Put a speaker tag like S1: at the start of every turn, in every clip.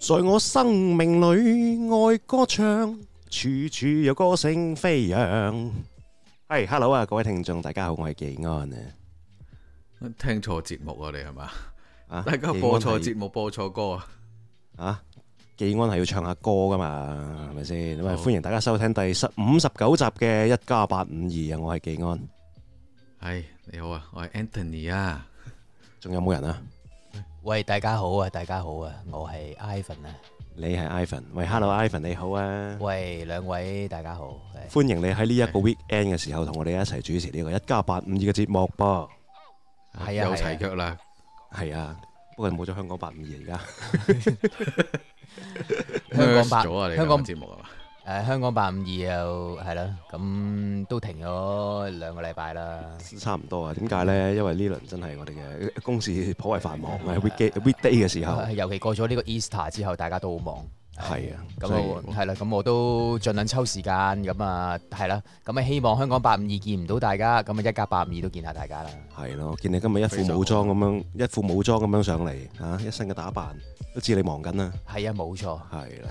S1: 在我生命裏，愛歌唱，處處有歌聲飛揚。係，hello 啊，各位聽眾，大家好，我係紀安啊。
S2: 聽錯節目啊，你係嘛？
S1: 啊
S2: 大家播錯節目，播錯歌啊！
S1: 啊，紀安係要唱下歌噶嘛，係咪先？咁啊，
S2: 好
S1: 歡迎大家收聽第十五十九集嘅一加八五二啊，我係紀安。
S2: 唉，你好啊，我係 Anthony 啊。
S1: 仲有冇人啊？
S3: 喂，大家好啊，大家好啊，我係 Ivan 啊。
S1: 你係 Ivan，喂，hello，Ivan 你好啊。
S3: 喂，兩位大家好。係
S1: 歡迎你喺呢一個 weekend 嘅時候同我哋一齊主持呢個一加八五二嘅節目噃。
S3: 係啊
S2: 有
S3: 係啊
S2: 齊腳啦。
S1: 係啊，不過冇咗香港八五二而家。
S3: 香港八
S2: merge 咗啊，你
S3: 香港
S2: 兩個節目啊嘛？
S3: 誒，香港八五二又係啦，咁都停咗兩個禮拜啦。
S1: 差唔多啊，點解呢？因為呢輪真係我哋嘅公事頗為繁忙啊，weekday weekday 嘅時候
S3: 尤其過咗呢個 Easter 之後，大家都好忙。
S1: 係啊，
S3: 咁
S1: 所以
S3: 我係啦，咁我都盡量抽時間，咁啊係啦，咁啊希望香港八五二見唔到大家，咁啊一家八五二都見下大家啦。
S1: 係咯，見你今日一副武裝咁樣，一副武裝咁樣上嚟啊，一身嘅打扮，都知你忙緊啦，
S3: 係啊，冇錯。
S1: 係啦，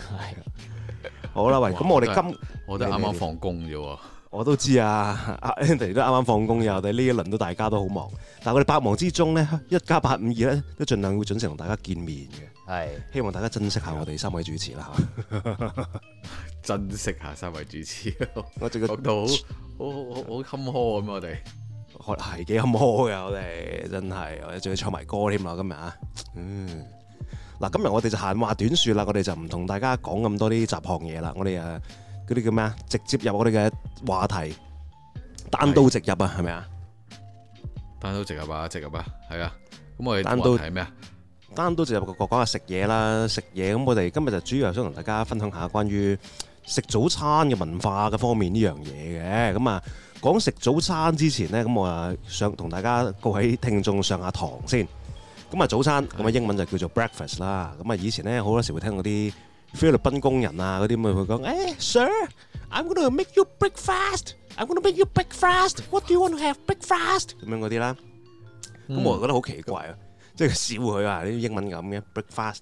S1: 好啦，喂，咁我哋今
S2: 我都啱
S1: 你
S2: 啱
S1: 你
S2: 放工啫喎。
S1: 我都知啊， 阿 Andy 都啱啱放工嘅，我哋呢一輪都大家都好忙，但係我哋百忙之中呢，一家八五二呢，都盡量會準時同大家見面嘅，
S3: 係。
S1: 希望大家珍惜下我哋三位主持啦嚇，
S2: 珍惜下三位主 持，
S1: 我哋
S2: 講到好好好好坎坷咁，我哋
S1: 學係幾坎坷嘅，我哋真係，我哋仲要唱埋歌添啦，今日啊，嗯，嗱，今日我哋就閒話短説啦，我哋就唔同大家講咁多啲雜項嘢啦，我哋誒嗰啲叫咩啊，直接入我哋嘅話題，單刀直入啊，係咪啊？
S2: 單刀直入啊，直入啊，係啊。咁我哋
S1: 單刀
S2: 話題咩啊？
S1: 單刀直入個講下食嘢啦，食嘢咁我哋今日就主要係想同大家分享下關於食早餐嘅文化嘅方面呢樣嘢嘅。咁啊，講食早餐之前呢，咁我啊想同大家各位聽眾上下堂先。咁啊，早餐咁啊英文就叫做 breakfast 啦。咁啊以前呢，好多時會聽嗰啲菲律賓工人啊嗰啲咪會 講，誒、Sir，I'm "Eh, gonna make you breakfast，I'm gonna make you breakfast，what do you want to have breakfast？咁樣嗰啲啦。咁我就覺得好奇怪啊！即係笑佢啊，啲英文咁嘅 breakfast。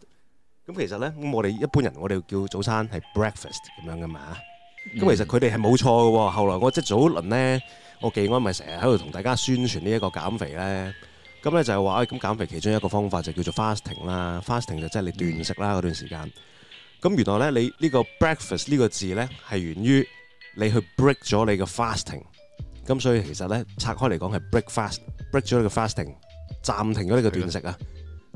S1: 咁其實咧，咁我哋一般人我哋叫早餐係 breakfast 咁樣噶嘛。咁其實佢哋係冇錯嘅喎。後來我即係早一輪咧，我技安咪成日喺度同大家宣傳呢一個減肥咧。咁咧就係話，哎咁減肥其中一個方法就叫做 fasting 啦。fasting 就即係你斷食啦嗰段時間。咁原來咧，你呢個 breakfast 呢個字咧係源於你去 break 咗你嘅 fasting。咁所以其實咧拆開嚟講係 break fast，break 咗你個 fasting，暫停咗呢個斷食啊。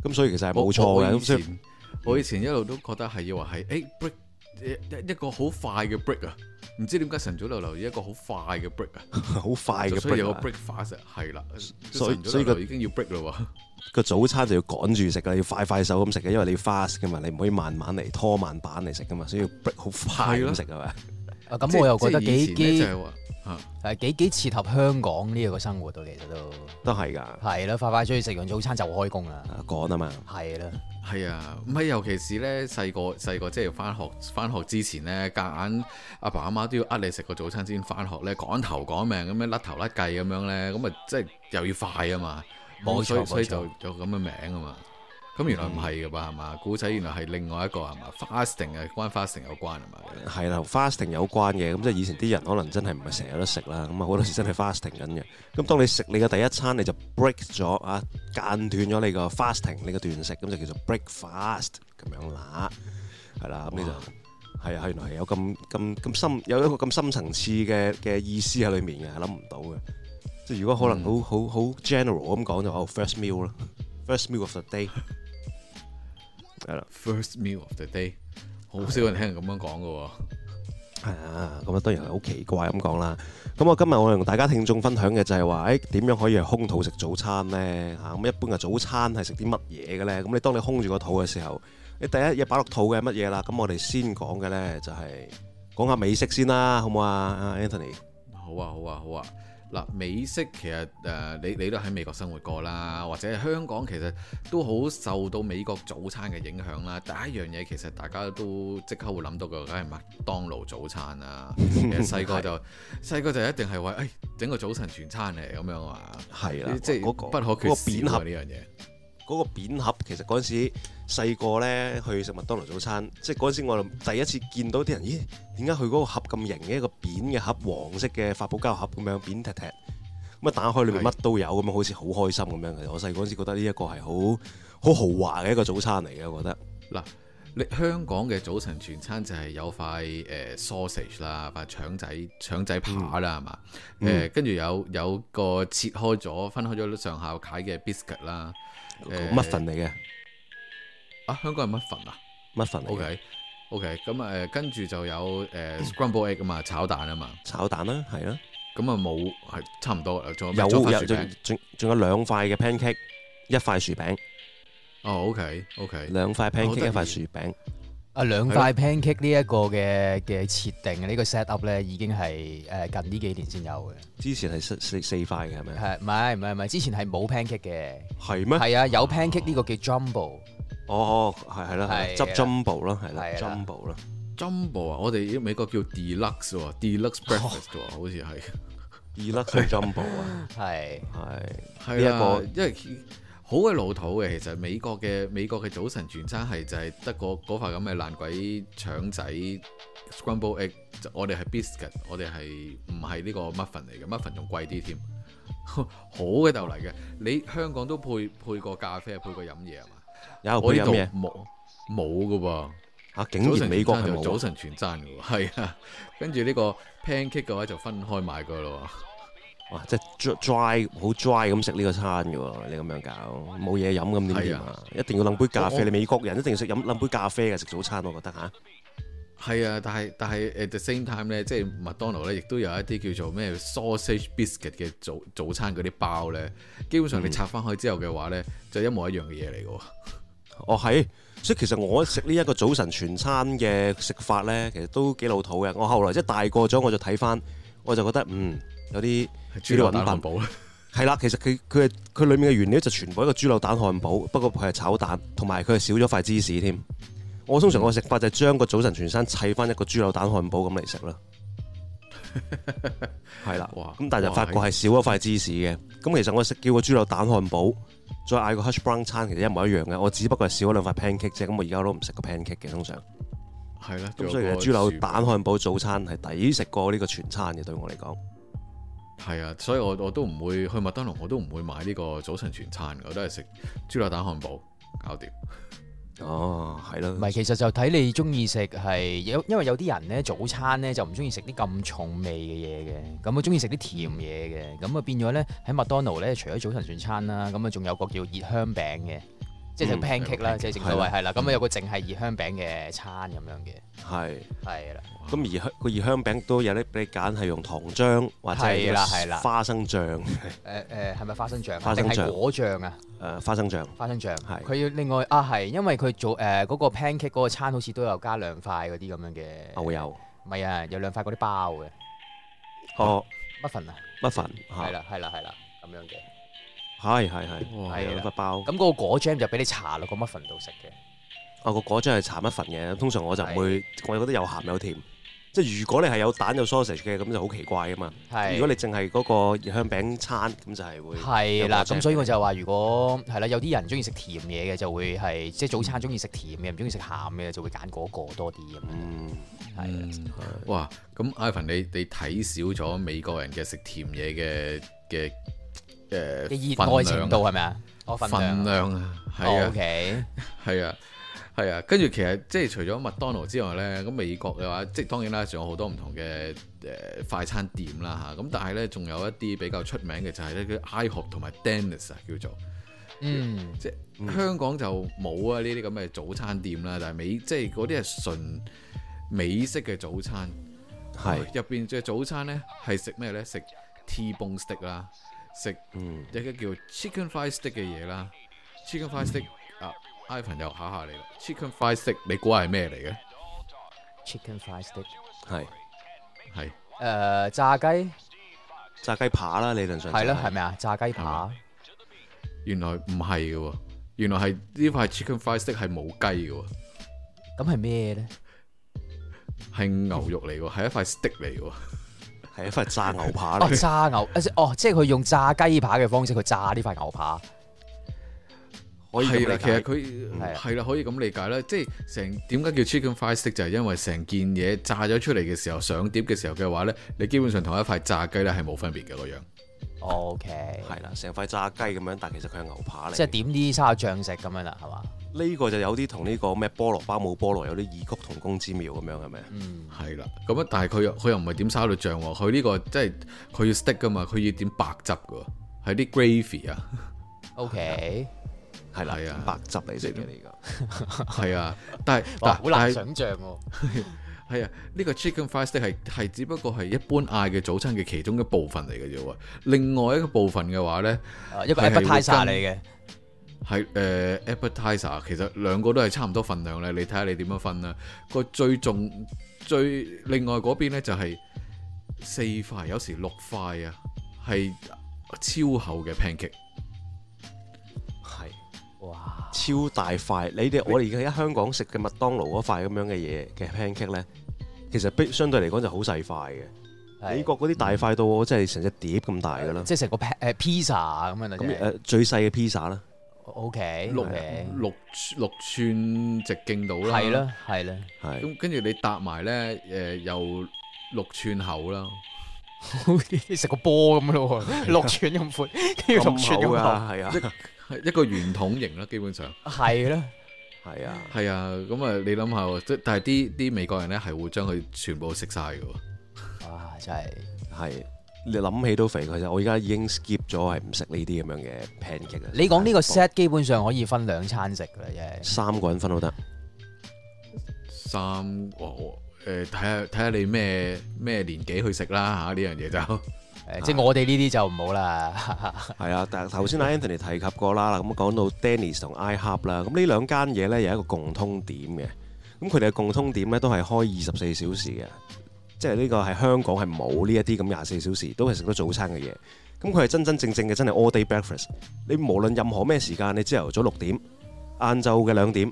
S1: 咁所以其實係冇錯
S2: 我
S1: 嘅。
S2: 我以
S1: 咁所以嗯
S2: 前我以前一路都覺得係以為係誒 break 一一一個好快嘅 break 啊，唔知點解晨早流流要一個好快嘅 break 啊，
S1: 好快嘅
S2: 就所以
S1: break
S2: 有
S1: 啊
S2: 個 break fast 啊係啦，
S1: 所以
S2: 晨早
S1: 所以
S2: 流
S1: 個
S2: 流已經要 break 嘞喎，
S1: 個早餐就要趕住食啦，啊要快快手咁食嘅，因為你要 fast 噶嘛，你唔可以慢慢嚟拖慢板嚟食噶嘛，所以要 break 好快
S2: 係咯
S1: 咁食係咪？
S3: 啊，咁
S2: 即係
S3: 我又覺得
S2: 即係以
S3: 幾
S2: 前咧
S3: 幾
S2: 就係話啊
S3: 係幾幾切合香港呢個生活啊到，其實都
S1: 都係㗎，
S3: 係啦，快快脆食完早餐就開工啦，
S1: 啊趕啊嘛，
S3: 係啦，
S2: 係啊，唔係尤其是咧細個細個即係翻學翻學之前咧，夾硬阿爸阿媽都要呃你食個早餐先翻學咧，趕頭趕命咁樣甩頭甩計咁樣咧，咁啊即係又要快啊嘛，
S3: 冇錯嗯
S2: 所以所以
S3: 冇錯
S2: 就有咁嘅名啊嘛。咁原來唔係噶吧，係嘛？古仔原來係另外一個係嘛？fasting 啊，關 fasting 有關啊嘛。
S1: 係啦同，fasting 有關嘅，咁即係以前啲人可能真係唔係成日都食啦，咁啊好多時真係 fasting 緊嘅。咁當你食你嘅第一餐，你就 break 咗啊，間斷咗你個 fasting，你個斷食，咁就叫做 break fast 咁樣啦，係啦，咁你就。係啊，原來係有咁咁咁深，有一個咁深層次嘅嘅意思喺裏面嘅，諗唔到嘅。即係如果可能好好好 general 咁講就哦 first meal 啦，first meal of the day。係啦，
S2: First meal of the day，好好少人聽人咁樣講嘅
S1: 係啊，咁啊當然係好奇怪咁講啦。咁我今日我同大家聽眾分享嘅就係話，誒點樣可以係空肚食早餐呢？嚇咁一般嘅早餐係食啲乜嘢嘅呢？咁你當你空住個肚嘅時候，你第一嘢擺落肚嘅係乜嘢啦？咁我哋先講嘅呢，就係講下美式先啦，好唔好啊啊？Anthony，
S2: 喎。好啊，好啊，好啊。嗱，美式其實誒、呃你你都喺美國生活過啦，或者香港其實都好受到美國早餐嘅影響啦。第一樣嘢其實大家都即刻會諗到嘅，梗係麥當勞早餐 啦。其實細個就細個就一定係話，誒、哎整個早晨全餐嚟咁樣啊
S1: 係
S2: 嘛，
S1: 啦，
S2: 即係
S1: 嗰
S2: 不
S1: 個
S2: 可缺
S1: 嗰個扁
S2: 少
S1: 盒
S2: 啊呢樣嘢。
S1: 嗰個扁盒，其實嗰陣時細個呢去食麥當勞早餐，即係嗰陣時我第一次見到啲人，咦點解佢嗰個盒咁型嘅一個扁嘅盒，黃色嘅發泡膠盒咁樣扁踢踢，咁啊打開裏面
S2: 係
S1: 乜都有咁樣，好似好開心咁樣。其實我細個嗰陣時覺得呢一個係好好豪華嘅一個早餐嚟嘅，我覺得
S2: 你香港嘅早晨全餐就係有塊誒、呃 sausage 啦，塊腸仔腸仔扒啦，係嘛、
S1: 嗯
S2: 誒跟住有有個切開咗、分開咗上下塊嘅 biscuit 啦。誒、
S1: 乜份嚟嘅
S2: 啊？香港係乜粉啊
S1: 乜份嚟嘅
S2: ？OK OK，咁啊誒，跟住就有誒、呃 scramble egg 啊嘛，炒蛋啊嘛，
S1: 炒蛋啦，係啦，
S2: 咁啊冇係差唔多啦，仲有啊
S1: 有
S2: 仲塊
S1: 有
S2: 薯
S1: 仲
S2: 餅
S1: 仲仲有兩塊嘅 pancake，一塊薯餅，
S2: 哦，OK OK，
S1: 兩塊
S2: 好
S1: pancake
S2: 得
S1: 一
S2: 意
S1: 塊薯餅。
S3: 啊，兩塊 pancake 呢一個嘅嘅設定呢、個 set up 咧，已經係誒、近呢幾年先有嘅。
S1: 之前係四四四塊嘅係咪啊？
S3: 係，唔係唔係唔係，之前係冇 pancake 嘅。
S1: 係咩？
S3: 係啊，有 pancake 呢個叫 jumbo，
S1: 哦哦，係係啦，
S2: 啊
S1: 係啦
S3: 係
S1: 執
S3: 啦
S1: jumbo 啦，係啦
S3: 係啦
S1: ，jumbo 啦，
S2: Jumbo 啊，我哋美國叫 deluxe 喎，deluxe breakfast 喎，好似係。
S1: 二粒 水 jumbo 啊，
S3: 係
S1: 係啊
S2: 係
S1: 呢一
S2: 啦
S1: 個，
S2: 因為好鬼老土嘅，其實美國嘅美國嘅早晨全餐係就係得嗰嗰塊咁嘅爛鬼腸仔 scramble egg，就我哋係 biscuit，我哋係唔係呢個 muffin 嚟嘅？muffin 仲貴啲添， 好嘅豆嚟嘅。你香港都配配個咖啡，配個飲嘢係嘛？
S1: 有
S2: 我
S1: 哦配
S2: 呢
S1: 飲
S2: 度
S1: 嘢
S2: 冇冇嘅喎。
S1: 嚇，竟然美國係
S2: 早晨全餐就早
S1: 冇啊，
S2: 晨全餐嘅喎，係啊。跟住呢個 pancake 嘅話就分開買嘅咯
S1: 哇！即係 dr- dry 好 dry 咁食呢個餐嘅喎，你咁樣搞冇嘢飲咁點掂
S2: 係
S1: 啊？一定要攬杯咖
S2: 我
S1: 啡，
S2: 我
S1: 你美國人一定要食飲攬杯咖啡嘅食早餐，我覺得嚇。
S2: 係啊，但係但係 at the same time 咧，即係麥當勞咧，亦都有一啲叫做咩 sausage biscuit 嘅早早餐嗰啲包咧，基本上
S1: 嗯
S2: 你拆翻開之後嘅話咧，就一模一樣嘅嘢嚟嘅喎。
S1: 哦，係，所以其實我食呢一個早晨全餐嘅食法呢，其實都幾老土嘅。我後來即係大個咗，我就睇翻，我就覺得嗯有啲。
S2: 豬柳蛋漢堡啦，
S1: 係啦，其實佢佢係佢裡面嘅原料就全部一個豬柳蛋漢堡，不過佢係炒蛋，同埋佢係少咗塊芝士添。我通常我食法就係將個早晨全餐砌翻一個豬柳蛋漢堡咁嚟食啦。係啦，
S2: 哇
S1: 咁但係就
S2: 哇
S1: 發覺係少咗塊芝士嘅。咁其實我食叫個豬柳蛋漢堡，再嗌個 hash brown 餐，其實一模一樣嘅。我只不過係少咗兩塊 pancake 啫。咁我而家都唔食個 pancake 嘅通常。
S2: 係啦，
S1: 咁
S2: 仲
S1: 所以
S2: 有個
S1: 其實豬柳蛋漢堡早餐係抵食過呢個全餐嘅，對我嚟講。
S2: 係啊，所以我我都唔會去麥當勞，我都唔會買呢個早晨全餐嘅，我都係食豬柳蛋漢堡搞掂。
S1: 哦，係
S3: 唔
S1: 咯
S3: 係，，其實就睇你中意食係有，因為有啲人咧早餐咧就唔中意食啲咁重味嘅嘢嘅，咁啊中意食啲甜嘢嘅，咁啊變咗咧喺麥當勞咧，除咗早晨全餐啦，咁啊仲有個叫熱香餅嘅，即係
S1: 嗯
S3: 整 pancake 啦，
S2: pancake，
S3: 即係正所謂係啦，咁啊有個淨係熱香餅嘅餐咁樣嘅，
S1: 係。
S3: 係啦，
S1: 咁而香個熱香餅都有得俾你揀，係用糖漿或者係
S3: 係啦係啦
S1: 花生 醬，誒、
S3: 誒誒係咪花生醬啊？
S1: 花生
S3: 定係
S1: 醬
S3: 果醬啊？
S1: 花生醬
S3: 花生醬
S1: 係
S3: 佢要另外啊係，因為佢做誒嗰個 pancake 嗰個餐好似都有加兩塊嗰啲咁樣嘅，
S1: 牛油，
S3: 唔係啊，有兩塊嗰啲包嘅
S1: 哦
S3: muffin 啊，
S1: 乜粉
S3: 係
S1: 嚇，
S3: 啦係啦係啦咁樣嘅。
S1: 係係係，
S2: 哇
S1: 係啊
S3: 係
S1: 有
S3: 啦
S1: 粒包。
S3: 咁嗰個果 jam 就俾你搽落個 muffin 度食嘅。
S1: 哦，個果醬係搽乜粉嘅，通常我就唔會，我覺得有鹹有甜。即係如果你係有蛋有 sausage 嘅，咁就好奇怪噶嘛。
S3: 係
S1: 如果你淨係嗰個熱香餅餐，咁就係會有
S3: 係啦，
S1: 果 jam
S3: 咁所以我就話，如果係啦，有啲人中意食甜嘢嘅，就會係即係早餐中意食甜嘅，唔中意食鹹嘅，就會揀嗰個多啲咁樣。
S1: 嗯
S3: 係啦，
S2: 嗯哇！咁 Ivan，你你睇少咗美國人嘅食甜嘢嘅嘅誒
S3: 嘅熱愛程
S2: 分量
S3: 度係咪啊？我份
S2: 分
S3: 量啊。
S2: 量啊，係啊
S3: O。K，
S2: 係啊，係啊，跟住其實即係除咗麥當勞之外呢，咁美國嘅話，即係當然啦，仲有好多唔同嘅誒、呃快餐店啦嚇，咁但係呢，仲有一啲比較出名嘅就係呢啲 IHOP 同埋 Dennis 啊，叫做
S3: 嗯，
S1: 嗯
S2: 香港就冇啊呢啲咁嘅早餐店啦，但係美即係嗰啲係純美式嘅早餐，
S1: 係，
S2: 入邊嘅早餐呢係食咩呢？食 T-bone steak 啦，食
S1: 嗯，
S2: 一個叫 chicken fried steak 嘅嘢啦，chicken fried steak 啊，Ivan 又考下你啦，chicken fried steak 你估下係咩嚟嘅？
S3: chicken fried steak，
S1: 係
S2: 係
S3: 誒炸雞
S1: 炸雞扒啦，理論上就
S3: 係啦，係咪啊？炸雞扒
S2: 原來唔係嘅喎，原來係呢塊 chicken fried steak 係冇雞嘅喎，
S3: 咁係咩咧？
S2: 係牛肉嚟嘅喎，係一塊 steak 嚟嘅喎。
S1: 係一塊炸牛扒
S3: 哦，
S1: 嚟，
S3: 炸牛，誒哦，即係佢用炸雞扒嘅方式去炸呢塊牛扒，
S2: 係啦，其實佢
S1: 可以咁理解。嗯
S3: 係啊
S2: 係啦，可以咁理解啦。即係成點解叫 chicken fried steak 就係因為成件嘢炸咗出嚟嘅時候，上碟嘅時候嘅話呢，你基本上同一塊炸雞呢係冇分別嘅個樣。
S3: OK，
S1: 係啦，成塊炸雞咁樣，但其實佢係牛扒嚟。
S3: 即係點啲沙律醬食咁樣啦，係嘛？
S1: 呢個就有啲同呢個咩菠蘿包冇菠蘿有啲異曲同工之妙咁樣係咪？
S3: 嗯，
S2: 係啦，咁啊，但係佢又佢又唔係點沙律醬喎，佢呢個即係佢要 steak 噶嘛，佢要點白汁噶，係啲 gravy 啊，
S3: OK，
S1: 係啦
S2: 係啊，
S1: 白汁嚟食嘅呢個。
S2: 係啊，但係
S3: 哇，
S2: 但
S3: 好
S2: 但
S3: 難
S2: 係
S3: 想像喎。
S2: 係啊，呢個 chicken fried steak 係係只不過係一般嗌嘅早餐嘅其中一部分嚟嘅啫喎，另外一個部分嘅話呢。
S3: 誒啊一個
S2: 佢係會
S3: appetizer
S2: 跟
S3: 嚟嘅，
S2: 係誒、呃 appetizer，其實兩個都係差唔多份量咧，你睇下你點樣分啦。個最重最另外嗰邊咧就係四塊，有時六塊啊，係超厚嘅 pancake，
S1: 係。
S3: 哇！
S1: 超大塊，你哋我哋而家喺香港食嘅麥當勞嗰塊咁樣嘅嘢嘅 pancake 咧，其實比相對嚟講就好細塊嘅。
S3: 係
S1: 美國嗰啲大塊到我真係成隻碟咁大㗎啦。
S3: 即係成個 pa- 誒 pizza 咁樣啊啦，即
S1: 咁呃
S3: 係
S1: 誒最細嘅 pizza 啦，
S3: OK
S2: 六
S3: OK，
S2: 六六寸直徑到啦。
S3: 係。啦係啦，
S1: 係
S2: 咁跟住你搭埋咧誒又六寸厚啦，
S3: 好似食個波咁咯喎，六寸咁寬，跟住六寸
S1: 厚
S3: 咁
S1: 㗎，
S3: 厚，
S1: 係啊，
S2: 係一個圓筒形啦，基本上。
S3: 係啦，
S1: 係啊，
S2: 係啊，咁啊你諗下喎，即但係啲啲美國人咧係會將佢全部食晒嘅喎。
S3: 哇！真係
S1: 係。你諗起都肥，其實我而家已經 skip 咗係唔食呢啲咁樣嘅 pancake 啦
S3: 你講呢個 set 基本上可以分兩餐食㗎啦，真係
S1: 三個人分都得，
S2: 三，我我誒睇下睇下你咩咩年紀去食啦嚇，呢樣嘢就
S3: 誒，即係我哋呢啲就唔好啦。
S1: 係啊。但係頭先阿 Anthony 提及過啦，咁講到 Denny's 同 iHub 啦，咁呢兩間嘢咧有一個共通點嘅，咁佢哋嘅共通點咧都係開二十四小時嘅，即係呢個係香港係冇呢一啲咁廿四小時都係食到早餐嘅嘢。咁佢係真真正正嘅真係 all day breakfast。你無論任何咩時間，你朝頭早六點、晏晝嘅兩點、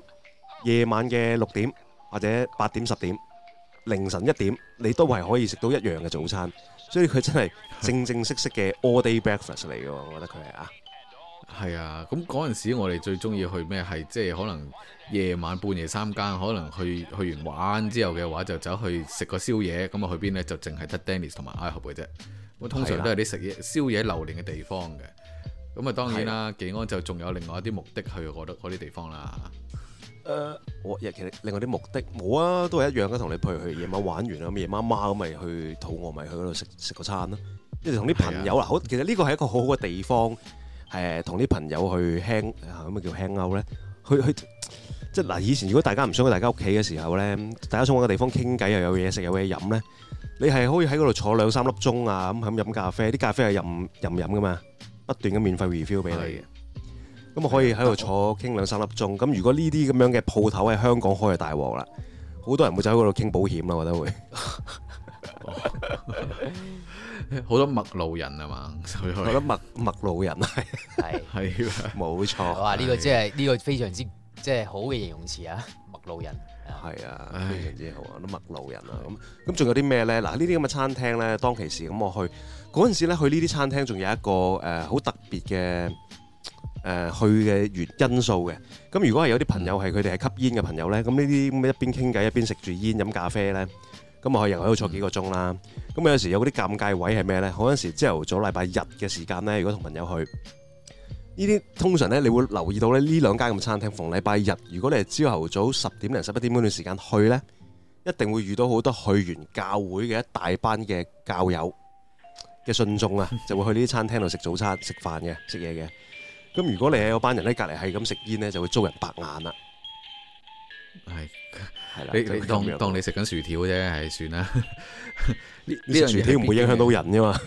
S1: 夜晚嘅六點或者八點十點、凌晨一點，你都係可以食到一樣嘅早餐。所以佢真係 正正式式嘅 all day breakfast 嚟嘅喎，我覺得佢係啊，
S2: 係啊。咁嗰陣時我哋最中意去咩係即係可能夜晚半夜三更，可能去去完玩之後嘅話就走去食個宵夜，咁啊去邊呢？就淨係得 Dennis 同埋 iHub 嘅啫。咁通
S1: 係啦啊
S2: 常都係啲食嘢宵夜流連嘅地方嘅。咁啊當然啦，技安就仲有另外一啲目的去嗰度嗰啲地方啦。
S1: 誒，我其實另外啲目的冇啊，都係一樣嘅，同你譬如去夜晚玩完啊，咁夜媽媽咁咪去肚餓咪去嗰度食食個餐咯，即係同啲朋友啦，好其實呢個係一個好好嘅地方，誒，同啲朋友去 hang 啊咁咪叫 hang out 咧，去去即係嗱，以前如果大家唔想去大家屋企嘅時候咧，大家想揾個地方傾偈又有嘢食有嘢飲咧，你係可以喺嗰度坐兩三粒鐘啊，咁咁飲咖啡，啲咖啡係任任飲噶嘛，不斷咁免費 review 俾你嘅。咁啊可以喺度坐傾兩三粒鐘。咁如果呢啲咁樣嘅鋪頭喺香港開就大鑊啦，好多人會走去嗰度傾保險啦，我覺得會。
S2: 好多麥路人啊嘛， 所以
S1: 我覺得麥麥路人係
S3: 係，
S2: 係啊。
S1: 冇錯，
S3: 哇！呢個即係呢個非常之即係好嘅形容詞啊，麥路人。啊
S1: 係啊，
S2: 唉
S1: 非常之好啊，啲麥路人啊咁。咁仲有啲咩呢？嗱，呢啲咁嘅餐廳呢，當其時咁我去嗰陣時咧，去呢啲餐廳仲有一個誒好、特別嘅。誒、去嘅原因素嘅，咁如果係有啲朋友係佢哋係吸煙嘅朋友呢，咁呢啲咁一邊傾偈一邊食住煙飲咖啡呢，咁啊可以又喺度坐幾個鐘啦。咁有時有嗰啲尷尬位係咩呢？嗰陣時朝頭早禮拜日嘅時間呢，如果同朋友去，呢啲通常呢，你會留意到咧呢兩間咁嘅餐廳，逢禮拜日，如果你係朝頭早十點零十一點嗰段時間去呢，一定會遇到好多去完教會嘅一大班嘅 教友嘅信眾啊，就會去呢啲餐廳度食早餐、食飯嘅、食嘢嘅。咁如果你係有班人咧，隔離係咁食煙咧，就會遭人白眼啦。
S2: 係
S1: 係啦，
S2: 你
S1: 就
S2: 你
S1: 咁
S2: 當
S1: 樣
S2: 當你食緊薯條啫，係算啦。呢
S1: 你
S2: 樣
S1: 食
S2: 嘢係
S1: 薯條唔會
S2: 必經
S1: 影響
S2: 嘅
S1: 到人啫嘛。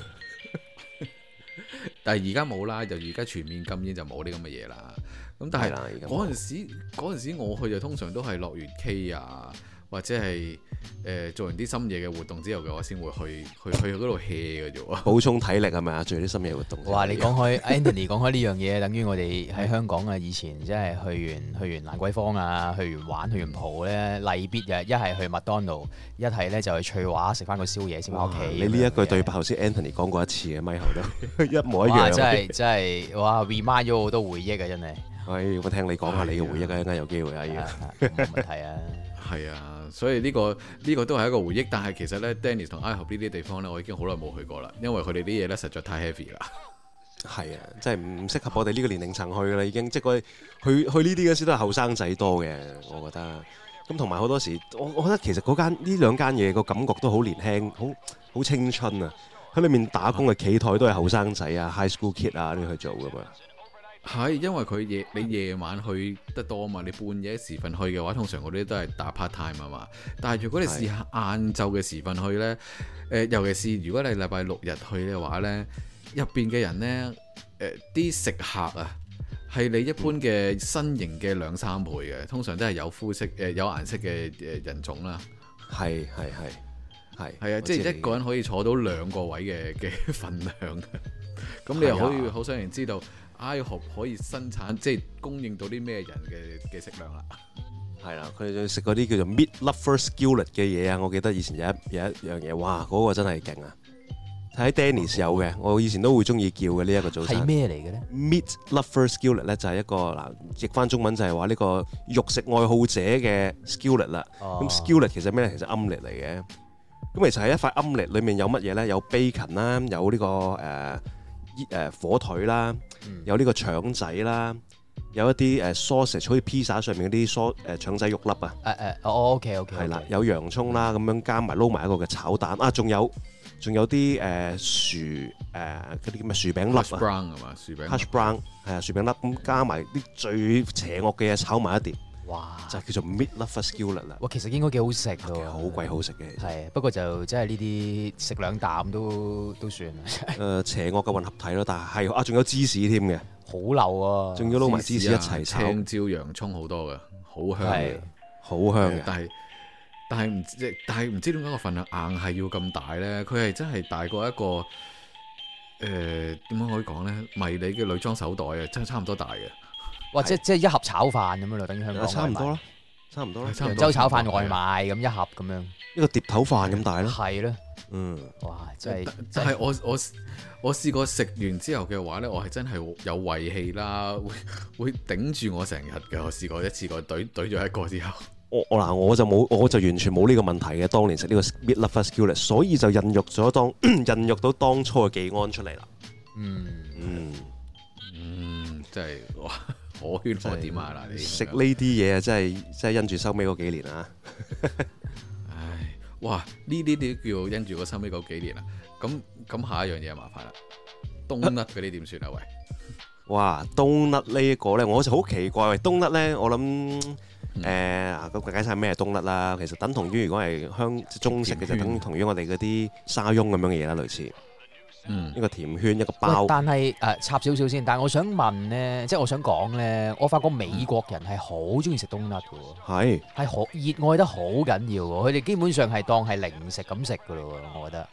S2: 但係而家冇啦，就而家全面禁煙就冇啲咁嘅嘢啦。咁但係
S1: 係啦而家冇
S2: 嗰陣時，嗰陣時我去就通常都係落完 K 啊，或者係誒、呃做完啲深夜嘅活動之後嘅，我先會去去去嗰度 hea 嘅啫喎。
S1: 補充體力係咪啊？做啲深夜活動。
S3: 哇！你講開 Anthony 講開呢樣嘢，等於我哋喺香港啊，以前即係去完去完蘭桂坊啊，去完玩去完蒲咧，例必嘅一係去麥當勞，一係咧就去翠華食翻個宵夜先翻屋
S1: 哇
S3: 企。
S1: 你呢一句對白頭先 Anthony 講過一次嘅，咪後 都一模一
S3: 哇！
S1: 樣。
S3: 真係真係哇，remind 咗我好多回憶啊，真係。
S1: 唉，我聽你講下你嘅回憶啊，一陣間有機會啊要。
S3: 冇問題啊。
S2: 係啊，所以呢、個呢、個都係一個回憶。但係其實呢 d e n n i s 同 i h o p 呢啲地方呢，我已經好耐冇去過啦，因為佢哋啲嘢呢實在太 heavy 啦。
S1: 係啊，真係唔適合我哋呢個年齡層去啦，已經即係我哋去去呢啲嗰時都係後生仔多嘅，我覺得。咁同埋好多時，我我覺得其實嗰間呢兩間嘢個感覺都好年輕，好好青春啊！喺裏面打工嘅企台都係後生仔啊、high school kid 啊呢啲去做噶嘛。
S2: 係，因為佢夜你夜晚去得多啊嘛，你半夜時分去嘅話，通常嗰啲都係打 part time 啊嘛。但係如果你試下晏晝嘅時分去呢，誒、呃尤其是如果你禮拜六日去嘅話呢，入邊嘅人呢，誒、啲食客啊，係你一般嘅身形嘅兩三倍嘅，通常都係有膚色誒、有顏色嘅誒人種啦。
S1: 係係係係。
S2: 係啊，
S1: 我
S2: 即
S1: 知
S2: 係
S1: 你
S2: 一個人可以坐到兩個位嘅嘅 份量嘅，咁你又可
S1: 係
S2: 以
S1: 啊
S2: 好想然知道 IHOP 可以生產即係供應到啲咩人嘅嘅食量啦。
S1: 係啦，佢哋就食嗰啲叫做 meat lover skillet 嘅嘢啊！我記得以前有一有一樣嘢，哇！嗰、個真係勁啊！睇 Dennis 有嘅，我以前都會中意叫嘅呢一個早餐
S3: 係。咩嚟嘅咧？
S1: meat lover skillet 咧就係一個嗱，譯翻中文就係話呢個肉食愛好者嘅 skillet 啦。
S3: 哦
S1: 咁 skillet 其實咩咧？其實係 omelette 嚟嘅。咁其實係一塊 omelette 裏面有乜嘢咧？有 bacon 啦，有呢、個誒煙誒火腿啦，
S3: 嗯
S1: 有呢個腸仔啦，有一啲誒 à, sausage 好似 pizza 上面嗰啲 saus 誒腸仔肉粒啊，
S3: 誒誒，哦 OK OK，
S1: 係啦，有洋葱啦，咁樣加埋撈埋一個嘅炒蛋啊，仲有仲有啲誒薯誒嗰啲叫咩薯餅粒
S2: Hash
S1: 啊。
S2: brown 係嘛，薯餅
S1: à? hash brown À, 係啊，薯餅粒咁加埋啲最邪惡嘅嘢炒埋一碟，
S3: 哇！
S1: 就叫做 meat lover skillet 啦。
S3: 哇，其實應該幾好食㗎
S1: 其實
S3: 喎，
S1: 好鬼好食嘅，
S3: 係，不過就即係呢啲食兩啖都 都算啦，
S1: 誒、呃邪惡嘅混合體咯，但係係啊，仲有芝士添嘅，
S3: 好流啊！
S1: 仲要撈埋芝士一齊炒，
S2: 啊青椒、洋葱好多嘅，好香
S3: 係
S2: 嘅。
S1: 好香嘅。
S2: 但係但係唔知但係唔知點解個份量硬係要咁大呢？佢係真係大過一個誒點樣可以講呢？迷你嘅女裝手袋啊，真係差唔多大嘅。
S3: 哇！即即係一盒炒飯咁樣咯，等於香港
S1: 啊差唔多
S3: 啦
S1: 啦，，差唔多啦
S2: 係，差啊唔
S3: 揚
S2: 多
S3: 州炒飯外賣咁一盒咁樣，
S1: 一個碟頭飯咁大啦。
S3: 係咯，
S1: 嗯，
S3: 哇！真
S2: 但
S3: 係
S2: 但
S3: 真
S2: 係我我我試過食完之後嘅話呢，我係真係有胃氣啦，會 會頂住我成日嘅。我試過一次過懟懟咗一個之後，
S1: 我我嗱我就冇，我就完全冇呢個問題嘅。當年食呢個 meat lover skillet，所以就孕育咗當 孕育到當初嘅技安出嚟啦。
S3: 嗯
S1: 嗯。
S2: 嗯，真係 哇，可圈可點啊嗱，你
S1: 食呢
S2: 呢？
S1: 啲嘢啊，真係真係因住收尾嗰幾年啊，
S2: 唉，哇，呢啲都叫因住個收尾嗰幾年啦。咁咁下一樣嘢麻煩啦，冬甩嗰啲點算啊？喂，
S1: 哇！冬甩呢一個咧，我就好奇怪喂，冬甩咧，我諗
S2: 嗯
S1: 誒啊咁解晒咩係冬甩啦，其實等同於如果係香即係中式嘅就
S2: 甜圈
S1: 等同於我哋嗰啲沙翁咁樣嘅嘢啦，類似
S2: 嗯
S1: 一個甜圈一個
S3: 喂
S1: 包，
S3: 但係誒、插少少先，但係我想問咧，即係我想講咧，我發覺美國人係好中意食冬甩嘅喎，
S1: 係
S3: 係好熱愛得好緊要喎，佢哋基本上係當係零食咁食嘅咯喎，我覺得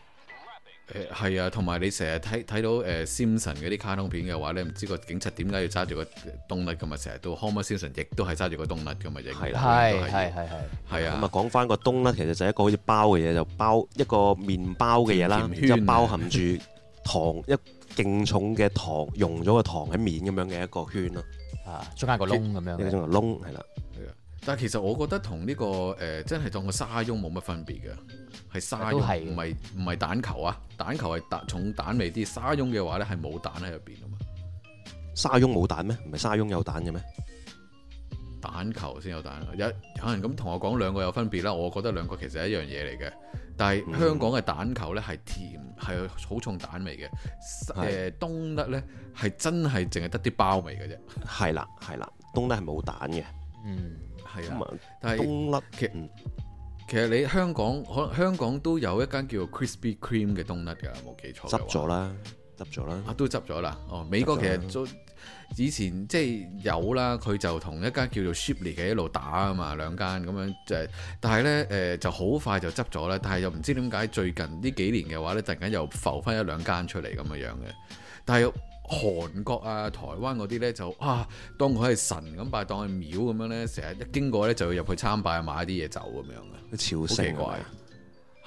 S2: 誒係啊，同埋你成日睇睇到誒、Simpson 嗰啲卡通片嘅話咧，唔知個警察點解要揸住個冬甩噶嘛？成日都 Homer Simpson 亦都係揸住個冬甩噶嘛？亦
S1: 係啦
S3: 係係係係。
S2: 係
S1: 咁
S2: 啊
S1: 啊，講翻個冬甩其實就係一個好似包嘅嘢，就包一個麵包嘅嘢啦，
S2: 甜
S1: 然
S2: 甜
S1: 之後
S2: 圈啊
S1: 包含住糖一勁重嘅糖溶咗個糖喺面咁樣嘅一個圈咯，
S3: 啊，中間個窿咁
S1: 一個
S3: 樣。
S1: 鐘頭窿係啦。
S2: 但係其實我覺得同呢、個誒、真係當個沙翁冇乜分別嘅，係沙
S3: 都
S2: 翁，
S3: 係嘅
S2: 唔係唔係蛋球啊，蛋球係蛋重蛋味啲，沙翁嘅話咧係冇蛋喺入邊啊嘛，
S1: 沙翁冇蛋咩？唔係沙翁有蛋嘅咩？
S2: 蛋球先有蛋啊。有有人咁同我講兩個有分別啦，我覺得兩個其實係一樣嘢嚟嘅，但
S1: 嗯
S2: 係香港嘅蛋球呢係甜，係好重蛋味嘅。誒
S1: 係
S2: 東德呢係真係淨係得啲包味嘅啫。
S1: 係啦係啦，東甩係冇蛋嘅，
S3: 嗯，
S2: 係
S1: 咁
S2: 啊，
S1: 啊
S2: 但係
S1: 東甩
S2: 其
S1: 嗯
S2: 其實你香港可能香港都有一間叫做 Krispy Kreme 嘅東德㗎，冇記錯嘅
S1: 執
S2: 話
S1: 咗啦，執咗啦，
S2: 啊，都執咗啦。哦，美國其實都以前即係有啦，佢就同一間叫做 Shipley 嘅一路打啊嘛，兩間咁樣就係，但係呢，誒就好快就執咗啦。但係又唔知點解最近呢幾年嘅話呢，突然間又浮翻一兩間出嚟咁嘅樣嘅。但係韓國啊、台灣嗰啲呢，就啊，當佢係神咁拜，當佢廟咁樣呢，成日一經過呢，就要入去參拜買啲嘢走咁樣嘅，
S1: 朝
S2: 好奇
S1: 聖
S2: 怪
S1: 啊。。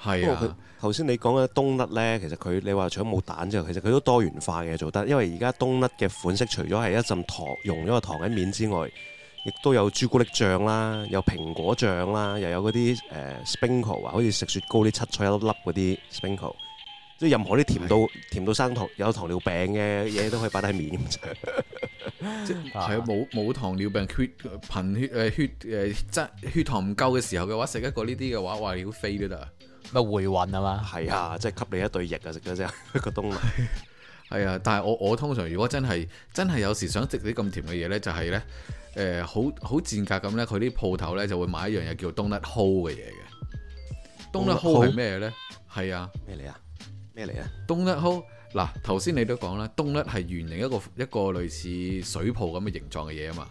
S1: 不
S2: 係
S1: 過
S2: 啊
S1: 佢，頭先你講嘅東甩呢，其實佢你話除咗冇蛋之外，其實佢都多元化嘅做得，因為而家東甩嘅款式除咗係一陣糖溶咗個糖喺面之外，亦都有朱古力醬啦，有蘋果醬啦，又有嗰啲誒 sprinkle 啊，好似食雪糕啲七彩一粒粒嗰啲 sprinkle，即係任何啲甜到甜到生糖有糖尿病嘅嘢都可以擺喺面咁樣。
S2: 即係
S3: À,
S2: 係啊冇冇糖尿病血貧血誒血誒質血糖唔夠嘅時候嘅話，食一個呢啲嘅話，哇！你要飛都得啊！
S3: 咪回魂啊嘛，
S1: 係啊，即係給你一對翼啊！食咗之後 個東甩
S2: 係啊，但係我我通常如果真係真係有時想食啲咁甜嘅嘢呢，就係呢，誒好好賤格咁呢，佢啲鋪頭呢就會買一樣嘢叫 donut hole 嘅嘢嘅。donut
S1: Donut
S2: hole
S1: hole？
S2: 係咩呢？係啊
S1: 咩嚟啊？咩嚟啊？
S2: ，donut hole 嗱頭先你都講啦，donut 係圓形一個一個類似水泡咁嘅形狀嘅嘢啊嘛。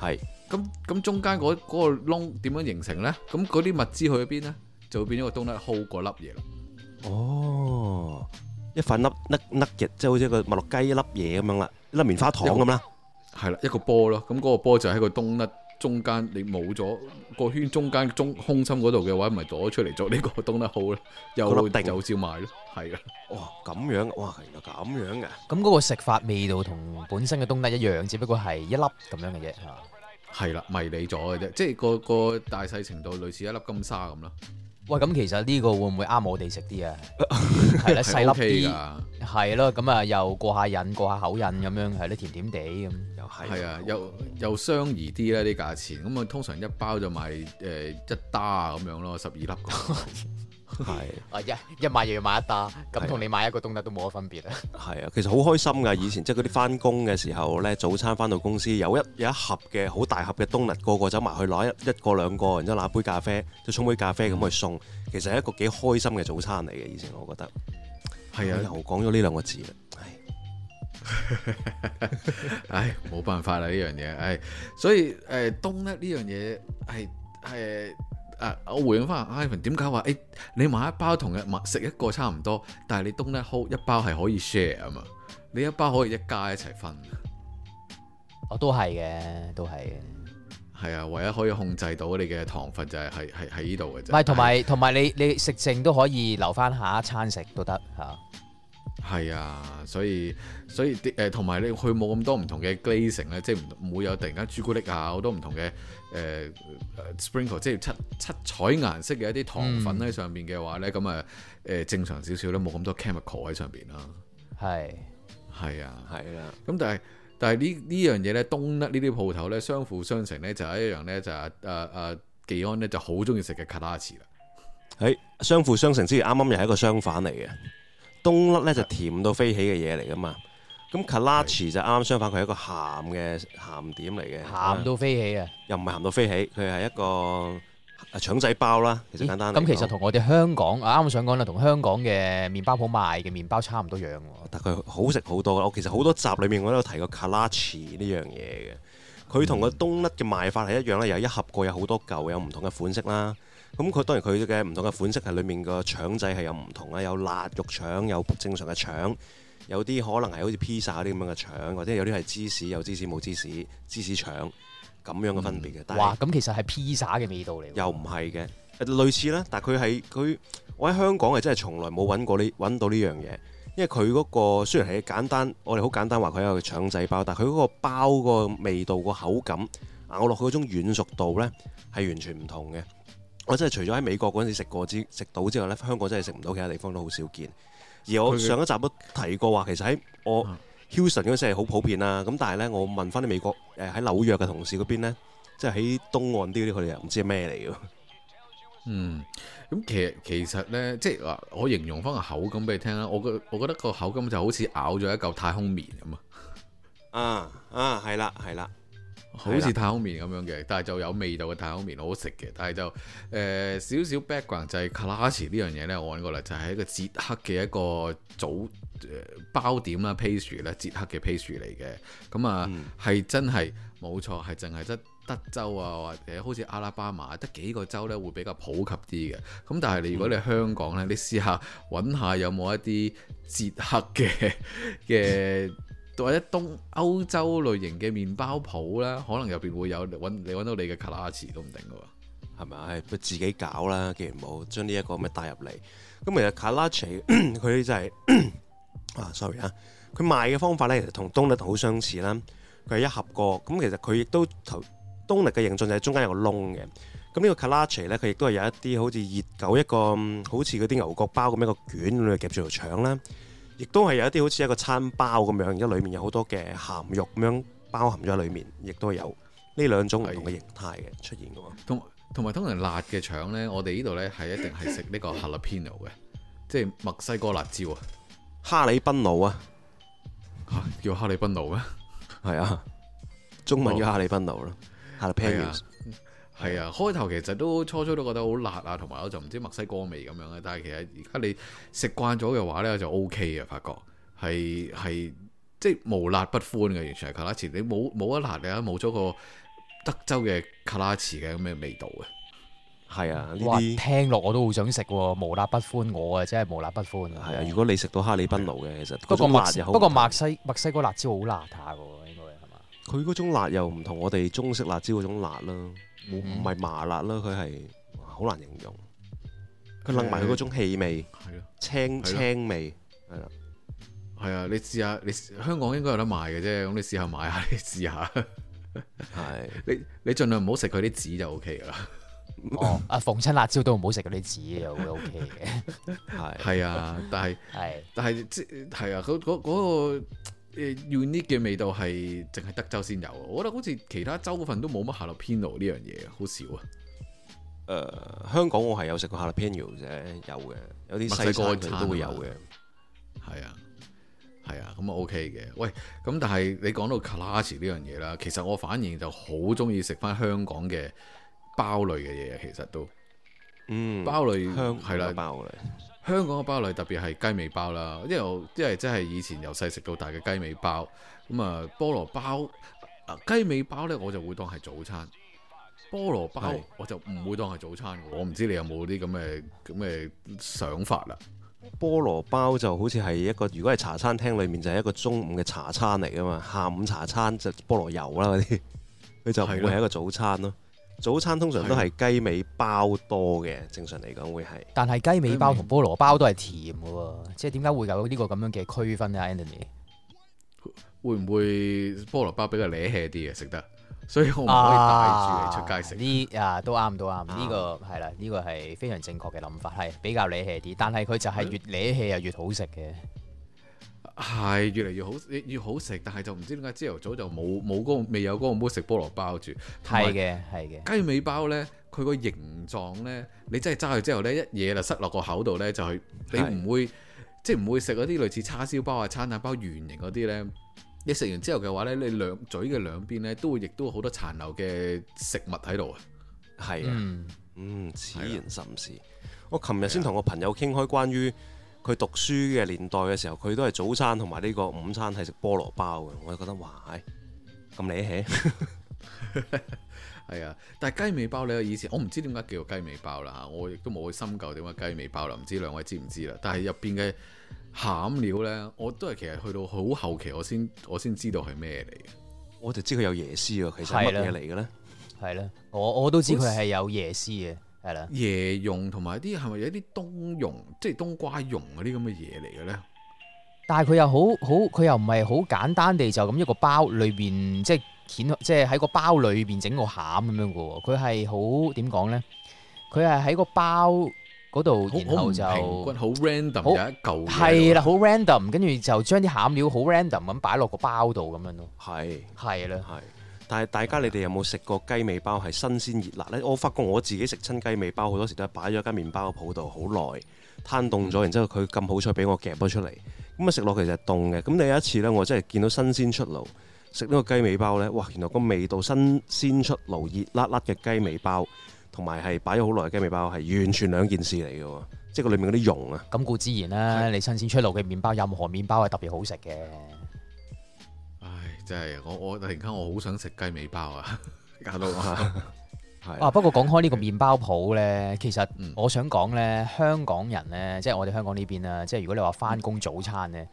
S1: 係
S2: 咁咁中間嗰嗰個窿點樣形成呢？咁嗰啲物資去咗邊呢？就會變咗個 donut hole 嗰粒嘢啦。
S1: 哦，一塊粒粒粒嘅，即係好似一個麥樂雞一粒嘢咁樣啦，一粒棉花糖咁啦。
S2: 係啦，一個波咯。咁嗰個波就喺個 donut 中間，你冇咗個圈中間中空心嗰度嘅話，咪攞出嚟做呢個 donut hole 咯。又
S1: 嗰粒定
S2: 又照賣咯。係啊，
S1: 哇，咁樣哇，原來咁樣嘅，
S3: 咁嗰個食法味道同本身嘅東德一樣，只不過係一粒咁樣嘅啫，係嘛
S2: 係啦，迷你咗嘅啫，即係個個大細程度類似一粒金沙咁啦。
S3: 喂，咁其實呢個會唔會啱我哋食啲啊？係啦，細粒
S2: OK à?
S3: 啲，
S2: 㗎，
S3: 係咯，咁啊又過下癮，過下口癮咁樣，係咯，甜甜地咁。
S1: 又係
S2: 係啊，又又相宜啲啦啲價錢。咁啊，通常一包就賣誒一打啊咁樣咯，十二粒咁樣咯。
S1: 係
S3: 啊一一買又要買一打，
S1: 係啊
S3: 咁同你買一個東德都冇乜分別啊！
S1: 係啊，其實好開心㗎。以前即係嗰啲翻工嘅時候咧，早餐翻到公司有一有一盒嘅好大盒嘅冬甩，個個走埋去攞一一個兩個，然之後攞杯咖啡，即係沖杯咖啡咁去送。其實係一個幾開心嘅早餐嚟嘅。以前我覺得
S2: 係啊
S1: 又。講咗呢兩個字啦。唉
S2: 唉，冇辦法啦呢樣嘢，唉，所以誒東咧呢樣嘢係係啊，我回應翻 Ivan 點解話誒你買一包同日買食一個差唔多，但係你東咧 h 一包係可以 share 啊嘛，你一包可以一家一齊分，
S3: 我都係嘅，都係嘅。
S2: 係啊，唯一可以控制到你嘅糖分就係係係喺呢度嘅
S3: 唔
S2: 啫，
S3: 係同埋同埋你你食剩都可以留翻下一餐食都得嚇。
S2: 係啊，所以所以啲誒同埋你佢冇咁多唔同嘅 glazing 咧，即係唔唔會有突然間朱古力啊好多唔同嘅誒、呃呃 sprinkle，即係七七彩顏色嘅一啲糖粉喺上邊嘅話咧，咁啊誒正常少少咧，冇咁多 chemical 喺上邊啦。
S3: 係
S2: 係啊，
S1: 係啦，
S2: 咁但係但係呢呢樣嘢咧，東甩呢啲鋪頭咧，相輔相成咧，就係一樣咧，就係誒誒技安咧就好中意食嘅卡拉茨啦。
S1: 誒相輔相成之餘，啱啱又係一個相反嚟嘅。冬甩咧就甜到飛起嘅嘢嚟㗎嘛。咁 kolache 就啱啱相反，佢係一個鹹嘅鹹點嚟嘅，
S3: 鹹到飛起啊！
S1: 又唔係鹹到飛起，佢係一個啊腸仔包啦，其實
S3: 咦
S1: 簡單嚟
S3: 咁其實
S1: 講
S3: 同我哋香港啊啱啱想講啦，同香港嘅麵包鋪賣嘅麵包差唔多樣喎。
S1: 但哦佢好食好多啦。我其實好多集裏面我都有提過 kolache 呢樣嘢嘅，佢同個冬甩嘅賣法係一樣啦，有一盒過有好多嚿，有唔同嘅款式啦。咁佢當然佢嘅唔同嘅款式係裏面個腸仔係有唔同啦，有辣肉腸，有正常嘅腸，有啲可能係好似披薩嗰啲咁樣嘅腸，或者有啲係芝士，有芝士冇芝士，芝士腸咁樣嘅分別嘅。但係
S3: 嗯哇！咁其實係披薩嘅味道嚟喎。
S1: 又唔係嘅，誒類似啦，但係佢係佢，我喺香港係真係從來冇揾過呢揾到呢樣嘢，因為佢嗰、個雖然係簡單，我哋好簡單話佢有個腸仔包，但係佢嗰個包個味道個口感咬落去嗰種軟熟度呢，係完全唔同嘅。我真係除咗喺美國嗰陣時食過之食到之外呢，香港真係食唔到，其他地方都好少見。而
S2: 佢
S1: 我
S2: 嘅
S1: 上一集都提過話，其實喺我
S2: 啊
S1: Houston 嗰陣時係好普遍啦。咁但係呢，我問翻啲美國呃誒喺紐約嘅同事嗰邊呢，即係喺東岸啲嗰啲，佢哋又唔知係咩嚟嘅。
S2: 嗯，咁其其實咧，即係嗱，我形容翻個口感俾你聽啦。我覺我覺得個口感就好似咬咗一嚿太空棉咁啊，
S1: 啊啊，係啦係啦，
S2: 好似太空棉咁樣嘅，但係就有味道嘅太空棉，好好食嘅。但係就誒、呃少少 background 就係 kolache 呢樣嘢咧，我揾過啦，就係、一個捷克嘅一個早包點啦 pastry 啦，捷克嘅 pastry 嚟嘅。咁啊，
S1: 嗯
S2: 係、真係冇錯，係淨係得德州啊，或者好似阿拉巴馬得幾個州咧會比較普及啲嘅。咁但係你如
S1: 嗯
S2: 果你香港咧，你試下揾下有冇一啲捷克嘅嘅。或者東歐洲類型嘅麵包鋪啦，可能入邊會有揾你揾到你嘅卡拉茨都唔定嘅
S1: 係咪啊？係佢自己搞啦，既然冇將呢一個咁嘅帶入嚟，咁其實 Kalache 佢就係、啊，sorry 啊，佢賣嘅方法咧其實同東力好相似啦，佢係一盒個，咁其實佢亦都頭東力嘅形狀就係中間有個窿嘅，咁呢個 Kalache 咧佢亦都係有一啲好似熱狗一個嗯好似嗰啲牛角包咁一個卷咁嚟夾住條腸啦，亦都係有一啲好似一個餐包咁樣，而家裡面有好多嘅鹹肉咁樣包含咗喺裡面，亦都有呢兩種唔同嘅形態嘅出現嘅喎。
S2: 喎。同同埋通常辣嘅腸呢，我哋呢度呢係一定係食呢個 jalapeno 嘅，即係墨西哥辣椒啊！
S1: 哈里賓奴啊，
S2: 嚇叫哈利賓奴咩？
S1: 係啊，中文叫哈里賓奴咯，哈里
S2: 係啊
S1: panos，
S2: 係啊，開頭其實都初初都覺得好辣啊，同埋我就唔知墨西哥味咁樣嘅，但係其實而家你食慣咗嘅話呢，就 O K 嘅，發覺係係即係無辣不歡嘅，完全係卡拉茨，你冇冇一辣嘅，冇咗個德州嘅卡拉茨嘅咁嘅味道嘅。
S1: 係啊，呢
S3: 哇，
S1: 啲
S3: 聽落我都好想食喎，無辣不歡，我啊真係無辣不歡。
S1: 係啊。如果你食到哈里賓奴嘅，其實
S3: 不
S1: 嗰
S3: 過
S1: 種
S3: 墨
S1: 辣又好，
S3: 不過墨西墨西哥辣椒好辣下嘅喎，應該係嘛？
S1: 佢嗰種辣又唔同我哋中式辣椒嗰種辣啦，冇唔係麻辣啦，佢係哇好難形容。佢擸埋佢嗰種氣味，
S2: 係咯。
S1: 青
S2: 係咯
S1: 青味，係啦，
S2: 係啊，你試下，你試香港應該有得賣嘅啫，咁你試下買下，你試下，
S1: 係
S2: 你你盡量唔好食佢啲籽就 O K 噶啦。
S3: 哦，啊逢親辣椒都唔好食嗰啲籽又會 OK 嘅，
S1: 係
S2: 係啊，但係
S3: 係
S2: 但係即係啊，嗰嗰嗰個誒 unique 嘅味道係淨係德州先有，我覺得好似其他州份都冇乜 jalapeno 呢樣嘢，好少啊。
S1: 誒香港我係有食過哈里 panos 啫，有嘅，有
S2: 墨西
S1: 啲西
S2: 哥
S1: 餐佢
S2: 餐啊
S1: 都會有
S2: 嘛
S1: 嘅。
S2: 係啊，係啊，咁啊 OK 嘅。喂，咁但係你講到 class 呢樣嘢啦，其實我反而就好中意食翻香港嘅包類嘅嘢，其實都
S1: 嗯，
S2: 包類
S1: 香
S2: 係啦。
S1: 包嚟，
S2: 香港嘅包類特別係雞尾包啦，因為我因為真係以前由細食到大嘅雞尾包，咁啊菠蘿包啊雞尾包呢，我就會當係早餐，菠蘿包
S1: 係
S2: 我就唔會當係早餐嘅喎我唔知你有冇啲咁嘅咁嘅想法啦。
S1: 菠蘿包就好似係一個，如果係茶餐廳裏面就係一個中午嘅茶餐嚟噶嘛，下午茶餐就菠蘿油啦嗰啲， 佢就唔會
S2: 係咯
S1: 係一個早餐咯。早餐通常都係雞尾包多嘅，正常嚟講會係。
S3: 但係雞尾包同菠蘿包都係甜嘅喎，即係點解會有呢個咁樣嘅區分咧？Anthony 啊
S2: 會唔會菠蘿包比較嗲氣啲嘅啊食得？所以我唔可以
S3: 啊
S2: 帶住你出街食。
S3: 呢啊都啱都
S1: 啱
S3: 啱，呢個係啦，呢個係非常正確嘅諗法，係比較理氣啲，但係佢就
S2: 嗯
S3: 係越理氣又越好食嘅。啊
S2: 係越嚟越好，越越好食，但係就唔知點解朝頭早就冇冇嗰個未有嗰個 mood 食菠蘿包住，同埋
S3: 係嘅，係嘅。
S2: 雞尾包呢，佢個形狀呢，你真係揸佢之後呢，一嘢就塞落個口度呢，就係你
S1: 係
S2: 唔會即係唔會食嗰啲類似叉燒包啊、餐蛋包圓形嗰啲呢。你食完之後嘅話呢，你兩嘴嘅兩邊呢，都會亦都好多殘留嘅食物喺度啊。
S1: 係啊，
S3: 嗯，啊
S1: 嗯，此
S2: 係啦
S1: 言甚是。我琴日先同個朋友傾開關於佢讀書嘅年代嘅時候，佢都係早餐同埋呢個午餐係食菠蘿包嘅，我就覺得哇，唉咁理氣。
S2: 係啊，但係雞尾包呢，以前我唔知點解叫做雞尾包啦嚇，我亦都冇去深究點解雞尾包啦，唔知兩位知唔知啦？但係入邊嘅餡料呢，我都係其實去到好後期我先我先知道係咩嚟嘅。
S1: 我就知佢有椰絲喎，其實係乜
S3: 係啦
S1: 嘢嚟嘅咧？
S3: 係啦，我我都知佢係有椰絲嘅，係啦。
S2: 椰蓉同埋啲係咪有啲冬蓉，即係冬瓜蓉嗰啲咁嘅嘢嚟嘅咧？
S3: 但係佢又好好，佢又唔係好簡單地就咁一個包裏邊，即係掀，即係喺個包裏邊整個餡咁樣嘅喎。佢係好點講咧？佢係喺個包嗰度，然
S2: 好好唔
S3: 後
S2: 平均，好 random
S3: 就好
S2: 有一嚿嘢
S3: 係
S2: 喺度，
S3: 啦，好 random，跟住就將啲餡料好 random 咁擺落個包度咁樣咯。
S1: 係
S3: 係啦，
S1: 係。但係大家你哋有冇食過雞尾包係新鮮熱辣呢？我發覺我自己食親雞尾包好多時都係擺咗間麵包鋪度好耐，攤凍咗，然之後佢咁好彩俾我夾咗出嚟，咁啊食落其實係凍嘅。咁你有一次呢，我真係見到新鮮出爐，食呢個雞尾包呢，哇！原來個味道新鮮出爐熱辣辣嘅雞尾包，同埋係擺咗好耐嘅雞尾包係完全兩件事嚟嘅喎，即係佢裡面嗰啲蓉啊。
S3: 咁固之然啦，你新鮮出爐嘅麵包，任何麵包係特別好食嘅。
S2: 唉，真係我我突然間我好想食雞尾包啊！ 搞 到我
S1: 係
S3: 啊，不過講開呢個麵包鋪咧，其實
S2: 嗯
S3: 我想講咧，香港人咧，即係我哋香港呢邊啦，即係如果你話翻工早餐咧，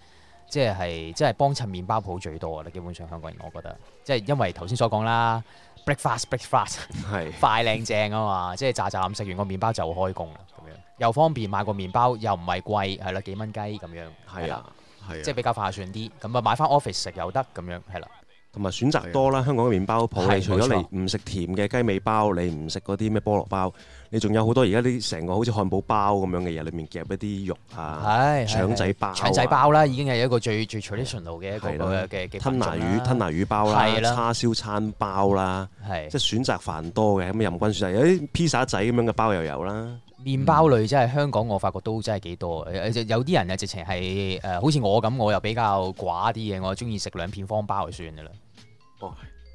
S3: 即係即係幫襯麵包鋪最多啦。啊基本上香港人，我覺得，即係因為頭先所講啦，breakfast breakfast
S1: 係
S3: 快靚正啊嘛，即係咋咋冧食完個麵包就開工啦，咁樣又方便買個麵包又唔係貴，係啦幾蚊雞咁樣，係
S1: 係
S3: 啦
S1: 啊。
S2: 係
S3: 即係
S2: 啊，
S3: 比較化算啲，咁啊買翻 office 食又得咁樣，係啦，
S1: 同埋選擇多啦，香港嘅麵包鋪，
S3: 係
S1: 你除咗你唔食甜嘅雞尾包，你唔食嗰啲咩菠蘿包，你仲有好多而家啲成個好似漢堡包咁樣嘅嘢，裡面夾一啲肉啊、
S3: 係
S1: 腸仔包啊
S3: 腸仔包啦，已經係一個最最 traditional 嘅一個
S1: 係啦
S3: 嘅嘅嘅
S1: 吞拿
S3: 品種啦
S1: 魚、吞拿魚包啦、
S3: 係啦
S1: 叉燒餐包啦，
S3: 係
S1: 即係選擇繁多嘅，咁啊任君選擇。有啲披薩仔咁樣嘅包又有啦，
S3: 麵包類真係香港，我發覺都真係幾多。
S1: 嗯
S3: 誒誒有啲人啊，直情係誒，好似我咁，我又比較寡啲嘅，我中意食兩片方包就算噶啦。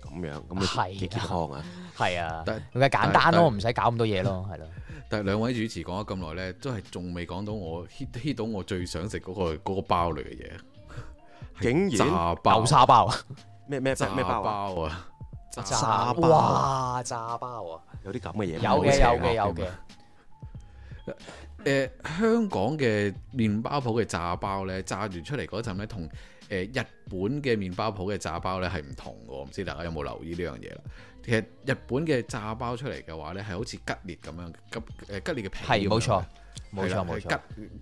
S1: 咁樣咁
S3: 係
S1: 你
S3: 啊
S1: 幾健康啊？
S3: 係啊，
S2: 但
S3: 咁咪簡單
S2: 但
S3: 咯，唔使搞咁多嘢咯，係咯。
S2: 但係兩位主持講咗咁耐咧，都係仲未講到我 hit hit 到我最想食嗰、個嗰個包類嘅嘢，
S1: 竟然
S2: 炸包
S3: 牛沙包啊，
S1: 咩咩
S2: 炸
S1: 咩包啊？
S2: 包啊，炸
S1: 沙包
S3: 哇，炸包啊，
S1: 有啲咁嘅嘢咩
S3: 有
S2: 好
S3: 嘅
S2: 邪惡
S3: 有嘅有嘅
S2: 添，誒、香港嘅麵包鋪嘅炸包咧，炸完出嚟嗰陣咧，同誒、日本嘅麵包鋪嘅炸包咧係唔同嘅喎，唔知大家有冇留意呢樣嘢啦？其實日本嘅炸包出嚟嘅話咧，係好似吉列咁樣，吉誒吉列嘅皮
S3: 係冇錯
S2: 咁樣嘅，
S3: 冇
S2: 係
S3: 錯
S2: 啦
S3: 冇錯
S2: 係，吉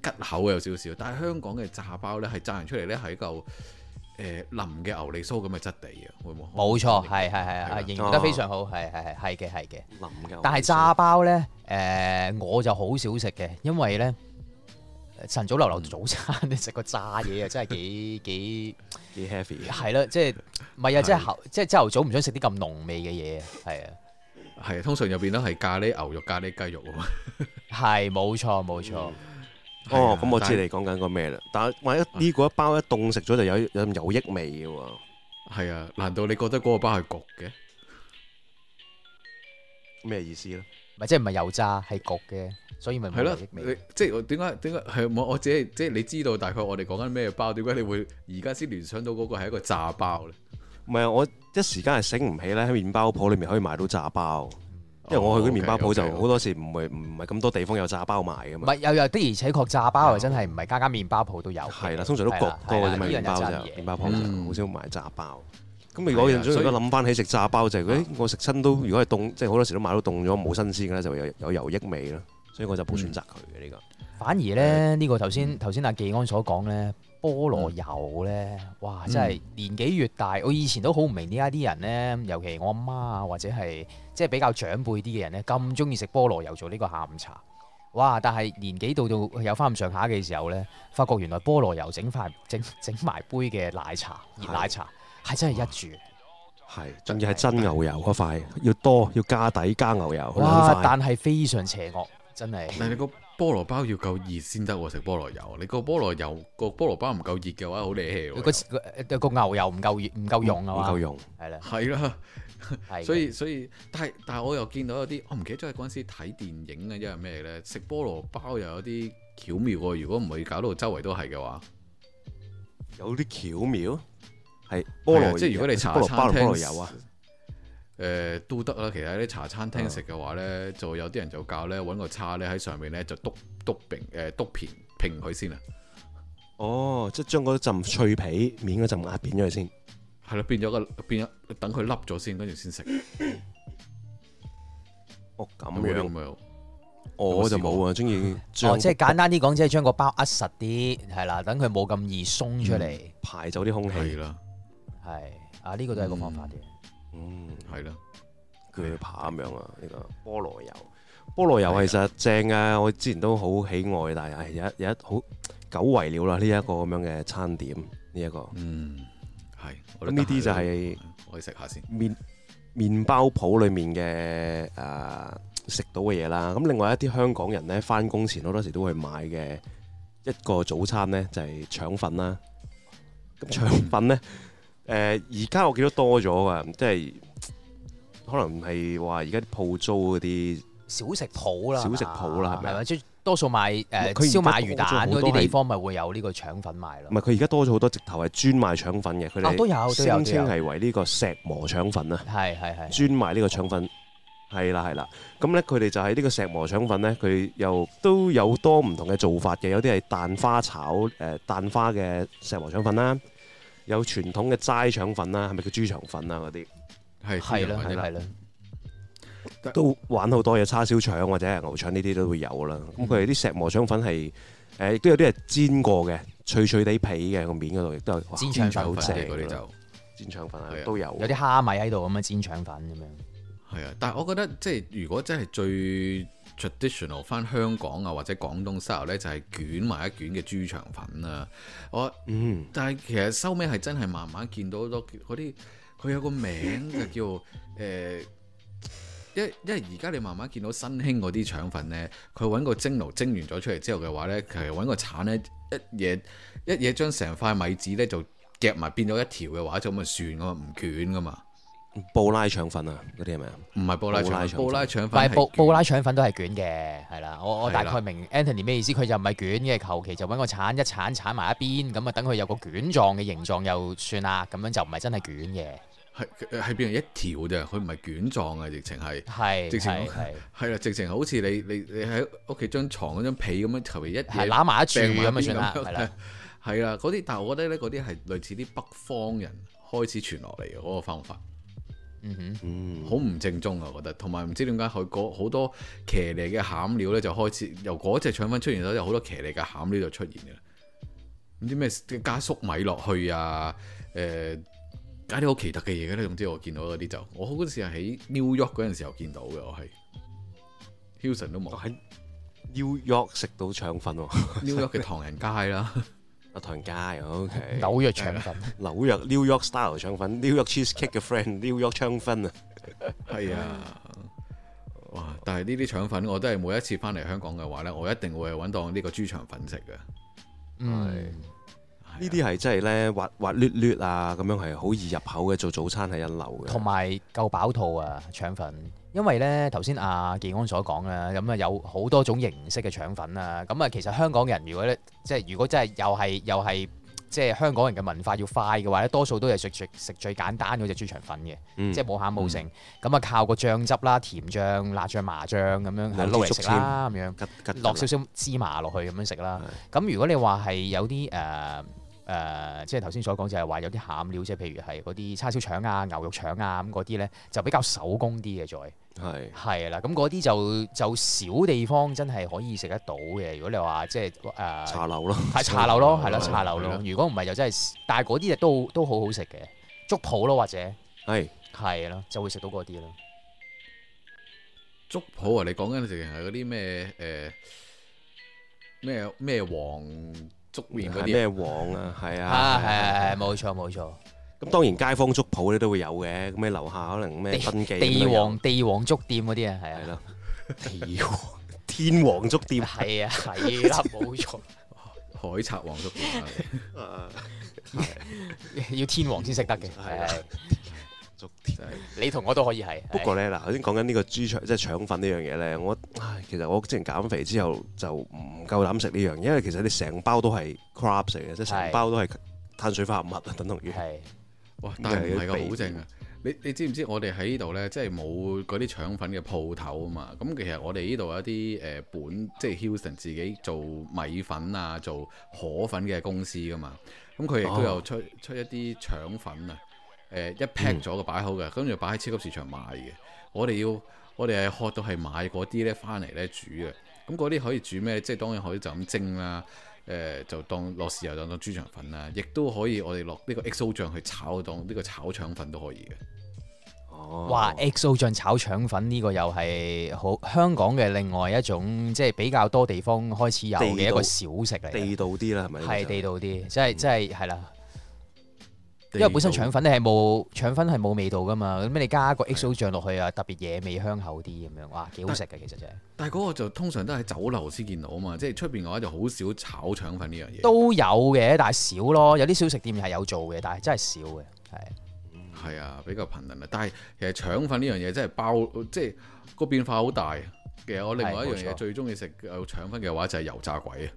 S2: 吉口嘅有少少，但係香港嘅炸包咧係炸完出嚟咧係一嚿誒腍嘅牛脷酥咁嘅質地嘅，會唔會？
S3: 冇錯，係係係
S2: 係啦
S3: 係，形容得非常好，係係係係嘅係嘅。
S1: 腍嘅
S3: 但係炸包咧，誒我就好少食嘅，因為咧晨早流流早餐你食個炸嘢啊，真係幾幾〜
S1: 幾 heavy 啊
S3: 係啦，即係唔係啊？即係
S2: 係
S3: 後即係朝頭早唔想食啲咁濃味嘅嘢，係啊，
S2: 係通常入邊都係咖喱牛肉、咖喱雞肉啊嘛。
S3: 係冇錯冇錯，
S1: 哦，
S2: 係啊
S1: 咁我知
S2: 但係
S1: 你講緊個咩啦，但係萬一呢個一包一凍食咗就有有有益味嘅喎，
S2: 係啊，難道你覺得嗰個包係焗嘅？
S1: 咩意思咧？
S3: 咪即係唔係油炸係焗嘅，所以咪
S2: 係
S3: 冇
S2: 咯
S3: 利益，
S2: 你
S3: 味。
S2: 即係我點解點解係我我只係即係你知道大概我哋講緊咩包，點解你會而家先聯想到嗰個係一個炸包咧？
S1: 唔係，啊我一時間係醒唔起咧，喺麵包鋪裏面可以買到炸包，因為
S2: 哦
S1: 我去嗰啲麵包鋪就好多時唔係唔係咁多啊地方有炸包賣噶
S3: 唔
S1: 嘛。
S3: 係有有的而且確炸包啊，真係唔係間間麵包鋪都有嘅。
S1: 係啦，通常都
S3: 係
S1: 焗
S3: 啦
S1: 多
S3: 係
S1: 嘅啫
S3: 啦
S1: 嘛，
S3: 呢樣
S1: 麵包
S3: 就
S1: 就
S3: 真係
S1: 麵包鋪就
S2: 嗯
S1: 好少賣炸包。咁如果有陣時
S2: 所
S1: 如
S2: 以
S1: 果諗翻起食炸包就係，誒
S2: 啊
S1: 我食親都如果係凍，即係好多時都買到凍咗冇新鮮嘅咧，就會有有油益味啦。所以我就冇選擇佢嘅呢個。
S3: 反而咧，呢個頭先頭先阿技安所講咧，菠
S1: 嗯
S3: 蘿油咧，哇！真係年紀越大，我以前都好唔明點解啲人咧，尤其我阿媽啊，或者係即係比較長輩啲嘅人咧，咁中意食菠蘿油做呢個下午茶。哇！但係年紀到到有翻咁上下嘅時候咧，發覺原來菠蘿油整塊整整埋杯嘅奶茶熱奶茶係真係一注。
S1: 係，仲要係真牛油嗰塊，要多要加底加牛油兩
S3: 哇！
S1: 塊。
S3: 但係非常邪惡，真係。
S2: 但係你個菠蘿包要夠熱先得喎，食菠蘿油。你個菠蘿油個菠蘿包唔夠熱嘅話，好你氣
S3: 個呃
S2: 喎。
S3: 個個牛油唔夠熱唔夠用啊
S1: 唔
S3: 嘛
S1: 夠，用。
S3: 係啦，
S2: 係啦。
S3: 係嘅。哦
S2: 所以所以，但係但係我又見到有啲，我唔記得咗係嗰陣時睇電影啊，因為咩咧？食菠蘿包又有啲巧妙喎，如果唔會搞到周圍都係嘅話，
S1: 有啲巧妙，係菠
S2: 係啊
S1: 蘿，
S2: 即係如果你茶
S1: 菠蘿
S2: 餐
S1: 包同菠
S2: 廳
S1: 蘿油啊，
S2: 誒、都得啦。其實喺啲茶餐廳食嘅話咧，就有啲人就教咧揾個叉咧喺上面咧就篤篤平誒篤平平佢先啊，
S1: 哦，即係將嗰陣脆皮面嗰陣壓扁咗佢先，
S2: 係啦，變咗個變咗等佢凹咗先，跟住先食。
S1: 哦咁
S2: 有冇啲咁
S1: 樣，
S2: 樣？
S1: 我就冇啊，中意將
S3: 哦，即係簡單啲講，即係將個包扼實啲，係啦，等佢冇咁易鬆出嚟，
S1: 排走啲空
S2: 係
S1: 氣，
S2: 啦，
S3: 係啊，呢個都係一個方法嘅。
S1: 嗯，
S2: 係啦，
S1: 鋸扒咁樣啊，呢個菠蘿油，菠蘿油其實正啊，我之前都好喜愛，但係唉有一有一好久違了啦，呢一個咁樣嘅餐點，呢一個
S2: 嗯，係。我
S1: 咁呢啲
S2: 得閒
S1: 就係
S2: 我哋食下先。
S1: 麵麵包鋪裡面嘅誒、呃食到嘅嘢啦。咁另外一啲香港人呢，翻工前好多時都會買嘅一個早餐呢，就係、腸粉啦。咁腸粉呢，誒而家我見到多咗啊，即係可能係話而家啲鋪租嗰啲。
S3: 小食鋪啦，
S1: 小食鋪啦
S3: 係
S1: 係咪
S3: 咪
S1: 啊
S3: 啊？即係多數賣誒
S1: 佢而家
S3: 燒賣魚蛋
S1: 多咗好
S3: 嗰啲
S1: 多係
S3: 地方，咪會有呢個腸粉賣咯
S1: 唔。係佢而家多咗好多直頭係專賣腸粉嘅，佢
S3: 啊，
S1: 哋
S3: 都有都有
S1: 嗯聲
S3: 都
S1: 稱
S3: 有，
S1: 係為呢個石磨腸粉啊，
S3: 係係係。
S1: 專賣呢個腸粉。係啦係啦，咁咧佢哋就喺呢個石磨腸粉咧，佢又都有多唔同嘅做法嘅，有啲係蛋花炒誒、呃蛋花嘅石磨腸粉啦，有傳統嘅齋腸粉啦，係咪叫豬腸粉啊嗰啲？
S2: 係
S3: 係啦，
S2: 係
S3: 係啦，係啦，
S1: 都玩好多嘢，叉燒腸或者係牛腸呢啲都會有啦。咁
S2: 嗯
S1: 佢哋啲石磨腸粉係誒，亦都有啲係煎過嘅，脆脆地皮嘅個面嗰度，亦都有哇
S3: 煎
S2: 煎
S3: 腸
S2: 腸
S3: 粉
S1: 好
S2: 粉
S1: 正
S2: 嘅嗰啲
S1: 㗎
S2: 就
S1: 煎腸粉啊
S2: 係啊
S1: 都有。
S3: 有啲蝦米喺度咁樣煎腸粉咁樣。
S2: 係啊，但係我覺得即係如果真係最 traditional 翻香港啊或者廣東 style 咧，就係捲埋一卷嘅豬腸粉啊，我。
S1: 嗯，
S2: 但係其實收尾係真係慢慢見到好多嗰啲，佢有個名就叫 誒、呃因因為而家你慢慢見到新興嗰啲腸粉呢，佢揾個蒸爐蒸完咗出嚟之後嘅話呢，其實揾個鏟呢，一嘢一嘢將成塊米紙呢就夾埋變咗一條嘅話，就咁啊算噶嘛，唔捲噶嘛，
S1: 布拉腸粉啊，嗰啲係咪啊？
S2: 唔係布拉腸粉，布
S1: 布
S2: 拉
S1: 拉
S2: 腸粉
S3: 但
S2: 係
S3: 係布
S2: 捲
S3: 布拉腸粉都係卷嘅，係啦。我我
S2: 係啦
S3: 大概明 Anthony 咩意思，佢就唔係卷嘅，求其就揾個鏟一鏟鏟埋一邊，咁啊等佢有個卷狀嘅形狀又算啦，咁樣就唔係真係卷嘅。
S2: 係係變成一條啫，佢唔係捲狀嘅，直情係。
S3: 係
S2: 直情
S3: 係 係
S2: 係啦，直情好似你你你喺屋企張床嗰張被咁樣，求其一
S3: 係
S2: 嘢
S3: 揦埋一柱
S2: 掟埋
S3: 咁
S2: 一
S3: 啊
S2: 邊
S3: 算啦，
S2: 咁樣
S3: 係啦。
S2: 係啦，嗰啲，但係我覺得咧，嗰啲係類似啲北方人開始傳落嚟嘅嗰個方法，
S3: 嗯哼，
S1: 嗯，
S2: 好唔正宗啊！我覺得，同埋唔知點解佢嗰好多騎呢嘅餡料咧，就開始由嗰隻腸粉出現咗，有好多騎呢嘅餡料就出現嘅啦。唔知咩加粟米落去啊？誒、加啲好奇特嘅嘢嘅咧。總之我見到嗰啲就，我好嗰時係喺 New York 嗰陣時候見到嘅，我係 Hilton 都冇
S1: 我喺 New York 食到腸粉喎，
S2: New York 嘅唐人街啦，
S1: 阿唐人街 OK，
S3: 紐約腸粉
S1: 紐約 New York style 腸粉，New York cheesecake 嘅 friend，New York 腸粉啊，
S2: 係啊，哇！但係呢啲腸粉，我都係每一次翻嚟香港嘅話呢，我一定會揾到呢個豬腸粉食嘅。啊
S3: 嗯。
S1: 呢啲係真係咧滑滑捋捋啊，咁樣係好易入口嘅，做早餐係一流嘅。
S3: 同埋夠飽肚啊腸粉，因為咧頭先阿技安所講啦，咁啊有好多種形式嘅腸粉啦，咁啊其實香港人如果咧即係如果真係又係又係即係香港人嘅文化要快嘅話咧，多數都係食食食最簡單嗰只豬腸粉嘅，
S1: 嗯
S3: 即係冇餡冇剩，咁啊靠個醬汁啦、甜醬、辣醬、麻醬咁樣係
S1: 兩支
S3: 撈嚟
S1: 竹
S3: 食啦咁樣。
S1: 吉吉
S3: 落少少芝麻落去咁樣食啦。咁如果你話係有啲誒誒，即係頭先所講就係話有啲餡料，即係譬如係嗰啲叉燒腸啊、牛肉腸啊咁嗰啲咧，就比較手工啲嘅再
S1: 係
S3: 係啦。咁嗰啲就就少地方真係可以食得到嘅。如果你話即係誒
S1: 茶樓咯，
S3: 係茶樓咯，係啦
S2: 茶樓
S3: 茶樓
S2: 係
S3: 咯
S2: 啦。
S3: 如果唔係就真係，但係嗰啲嘢都都好好食嘅，粥鋪咯或者
S1: 係
S3: 係咯，就會食到嗰啲咯。
S2: 粥鋪啊，你講緊直情係嗰啲咩誒咩咩黃粥面嗰
S1: 係
S2: 啲啊，
S1: 咩王啊，係
S3: 啊
S1: 啊，
S3: 係係係冇錯冇錯，
S1: 咁當然街坊粥鋪咧都會有嘅，咁你樓下可能咩登記
S3: 地王地王粥店嗰啲啊係啊
S1: 係。啦，地王天王粥店
S3: 係啊，係 啦，冇錯，
S2: 海賊王粥面 啊，
S3: 要天王先識得嘅，
S1: 係啊
S3: 係
S1: 粥店。
S2: 真係
S3: 你同我都可以係。
S1: 不過咧，嗱頭先講緊呢個豬腸即係腸粉呢樣嘢咧，我唉其實我之前減肥之後就唔夠膽食呢樣，因為其實你成包都係 carbs 嚟嘅，即係成包都係碳水化合物啊，等同於
S3: 係
S2: 哇！但係唔係
S1: 有啲
S2: 個
S1: 避
S2: 好正啊！你你知唔知我哋喺呢度呢？即係冇嗰啲腸粉嘅鋪頭啊嘛。咁其實我哋呢度有一啲誒、呃本即係 Hilton 自己做米粉啊、做河粉嘅公司噶嘛。咁佢亦
S3: 哦
S2: 都有出、出一啲腸粉啊，誒、一
S3: 嗯
S2: pack 咗個擺好嘅，跟住擺喺超級市場賣嘅。我哋要我哋係學到係買嗰啲呢翻嚟呢煮嘅。咁嗰啲可以煮咩？即係當然可以就咁蒸啦。誒、就當落豉油當當豬腸粉啦，亦都可以我哋落呢個 XO 醬去炒當呢個炒腸粉都可以嘅。
S1: 哦
S3: 哇，XO 醬炒腸粉呢個又係好香港嘅另外一種，即係比較多地方開始有嘅一個小食嚟嘅，
S1: 地道啲啦，係咪？
S3: 嗯係地道啲，即係即係係啦。因為本身腸粉咧係冇腸粉係冇味道噶嘛，咁你加個 XO 醬落去啊，特別野味香口啲咁樣，哇，幾好食嘅其實真係。
S2: 但係嗰個就通常都喺酒樓先見到啊嘛，即係出邊嘅話就好少炒腸粉呢樣嘢。
S3: 都有嘅，但係少咯。有啲小食店係有做嘅，但係真係少嘅，係。
S2: 係啊，比較頻能啊。但係其實腸粉呢樣嘢真係包，即係個變化好大。其實我另外一樣
S3: 係冇
S2: 嘢
S3: 錯
S2: 最中意食呃有腸粉嘅話就係油炸鬼啊，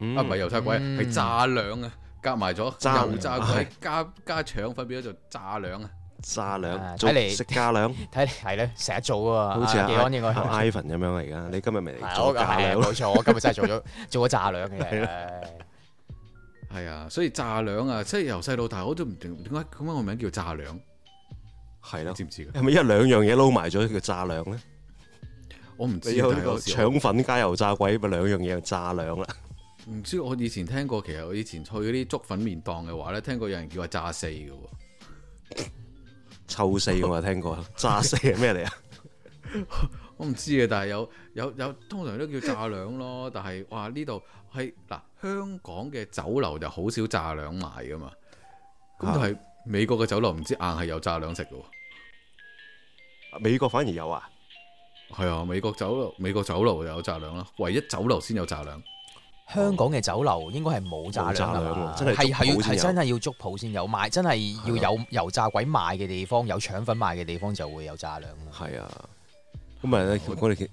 S1: 嗯
S2: 啊唔係油炸鬼，
S3: 嗯
S2: 係炸兩啊，夾埋咗
S1: 炸
S2: 油炸
S1: 兩
S2: 鬼
S1: 係
S2: 加加腸粉變咗做炸兩啊。
S1: 炸
S3: 啊
S1: 兩，
S3: 睇
S1: 做
S3: 嚟
S1: 食加兩，
S3: 睇嚟係咧，成日做啊嘛。
S1: 好似
S3: 阿
S1: 阿
S3: 技安應該係
S1: 阿 Ivan 咁樣嚟噶。你今日咪嚟
S3: 係我
S1: 做
S3: 係
S1: 加
S3: 啊
S1: 兩？
S3: 冇錯，我今日真係做咗 做咗炸兩嘅。
S2: 係啊，所以炸兩啊，即係由細到大我都唔明點解點解個名叫炸兩，
S1: 係
S2: 你
S1: 咯，
S2: 知唔知㗎？
S1: 係咪一兩樣嘢撈埋咗叫炸兩咧？
S2: 我唔知，
S1: 你有
S2: 但
S1: 呢
S2: 係
S1: 個
S2: 有時我
S1: 腸粉加油炸鬼，咪兩樣嘢就炸兩啦。
S2: 唔知我以前聽過，其實我以前去嗰啲粥粉麵檔嘅話咧，聽過有人叫話炸四嘅喎。
S1: 臭四我有聽過，炸四係咩嚟啊？
S2: 我唔知嘅，但係有有有通常都叫炸兩咯。但係哇，呢度係嗱香港嘅酒樓就好少炸兩賣噶嘛。咁
S1: 啊
S2: 但係美國嘅酒樓唔知硬係有炸兩食嘅喎。
S1: 美國反而有啊？
S2: 係啊，美國酒樓美國酒樓就有炸兩啦，唯一酒樓先有炸兩。
S3: 香港嘅酒樓應該係冇炸
S1: 冇炸
S3: 兩㗎
S1: 兩
S3: 嘛
S1: 喎真係
S3: 係係要
S1: 粥鋪先有
S3: 係真係要粥鋪先有賣，真係要有油炸鬼賣嘅地方，有腸粉賣嘅地方就會有炸兩啦。
S1: 係啊，咁咪咧，我哋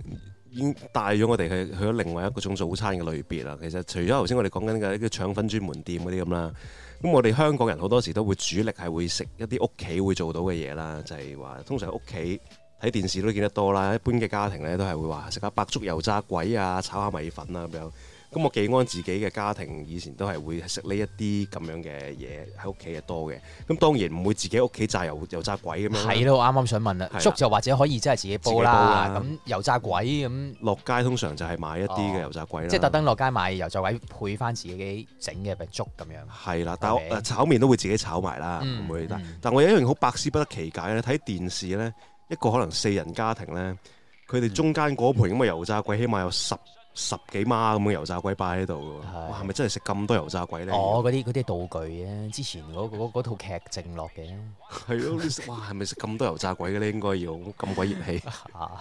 S1: 已經帶咗我哋去去咗另外一個種早餐嘅類別啦。其實除咗頭先我哋講緊嘅啲腸粉專門店嗰啲咁啦，咁我哋香港人好多時都會主力係會食一啲屋企會做到嘅嘢啦，就係話通常屋企。睇電視都見得多啦，一般嘅家庭咧都係會話食下白粥油炸鬼啊，炒下米粉啊咁樣。咁我記安自己嘅家庭以前都係會食呢一啲咁樣嘅嘢喺屋企嘅多嘅。咁當然唔會自己屋企炸油油炸鬼咁樣啦。
S3: 係咯，我啱啱想問啦
S1: 係，啦
S3: 粥就或者可以真係自己煲啦，
S1: 自
S3: 咁油炸鬼咁。
S1: 落街通常就係買一啲嘅油炸鬼啦，
S3: 哦即係特登落街買油炸鬼配翻自己整嘅白粥咁樣。
S1: 係啦，但係
S3: OK
S1: 我呃炒麵都會自己炒埋啦，
S3: 嗯
S1: 啊唔會。但
S3: 嗯
S1: 但我有一樣好百思不得其解咧，睇電視咧，一個可能四人家庭咧，佢哋中間嗰盤咁嘅油炸鬼，起碼有十十幾孖咁嘅油炸鬼擺喺度嘅
S3: 係
S1: 喎，哇！係咪真係食咁多油炸鬼咧？
S3: 哦，嗰啲嗰啲道具嘅，之前嗰嗰嗰套劇剩落嘅，
S1: 係咯，你食哇，係咪食咁多油炸鬼嘅咧？應該要咁鬼熱 氣，
S3: 啊，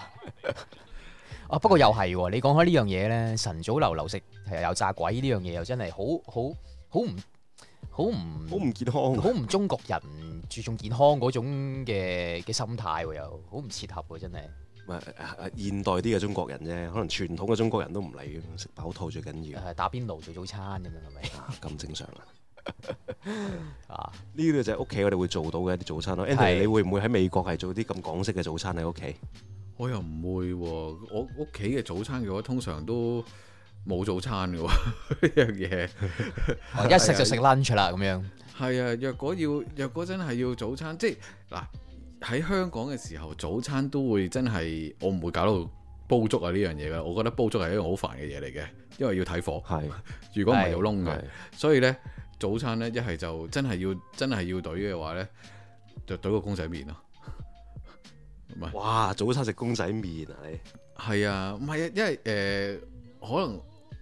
S3: 啊不過又係喎，你講開呢樣嘢咧，晨早流流食油炸鬼呢樣嘢又真係好好好唔好唔
S1: 好唔健康。
S3: 好唔中國人注重健康嗰種嘅嘅心態喎，又好唔切合喎，真係。
S1: 唔係啊現代啲嘅中國人啫，可能傳統嘅中國人都唔嚟嘅，食飽肚最緊 要，
S3: 誒啊打邊爐做早餐咁樣係咪
S1: 啊咁正常啊。
S3: 啊？
S1: 呢個就係屋企我哋會做到嘅一啲早餐咯。
S3: 係
S1: Anthony，你會唔會喺美國係做啲咁港式嘅早餐喺屋企？
S2: 我又唔會喎、我屋企嘅早餐嘅話通常都冇早餐嘅喎呢樣嘢。
S3: 哦一食就食 lunch 啦咁樣。
S2: 係啊，若果要若果真係要早餐，即係嗱喺香港嘅時候，早餐都會真係我唔會搞到煲粥啊呢樣嘢噶。我覺得煲粥係一樣好煩嘅嘢嚟嘅，因為要睇火，
S1: 係
S2: 如果唔係
S3: 係
S2: 有窿嘅
S1: 係。
S2: 所以呢，早餐呢，一係就真係要真係要懟嘅話呢，就懟個公仔麵咯。唔係
S1: 哇！早餐食公仔麵啊，你
S2: 係啊，唔係啊，因為誒、呃可能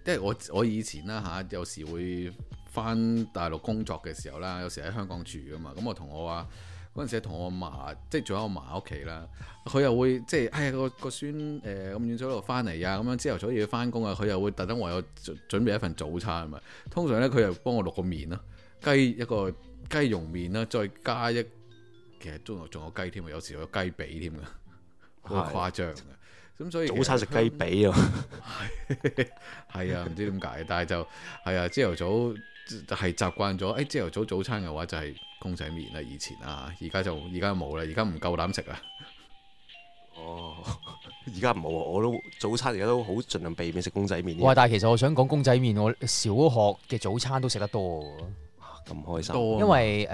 S2: 因為我我以前啦嚇、有時會翻大陸工作嘅時候啦，有時喺香港住噶嘛，咁我同我啊嗰陣時同我阿嫲，即係住喺我嫲屋企啦，佢又會即係哎呀個個孫誒呃咁遠咗度翻嚟啊，咁樣朝頭早要翻工啊，佢又會特登為我準準備一份早餐啊嘛，通常咧佢又幫我落個麵啦，雞一個雞蓉麵啦，再加一其實仲有仲有雞添啊，有時有雞髀添㗎，啊好誇張啊嘅。咁所以其實
S1: 早餐食雞髀啊，
S2: 係啊，唔知點解，但係就係啊，朝頭早係習慣咗，誒朝頭早早餐嘅話就係公仔麵啦，以前啊，而家就而家冇啦，而家唔夠膽食啊，
S1: 哦！ 而家唔好啊，我都早餐而家都好盡量避免食公仔麵。
S3: 哇！但係其實我想講公仔麵，我小學嘅早餐都食得多喎，
S1: 咁開心，
S2: 多啊
S3: 因為誒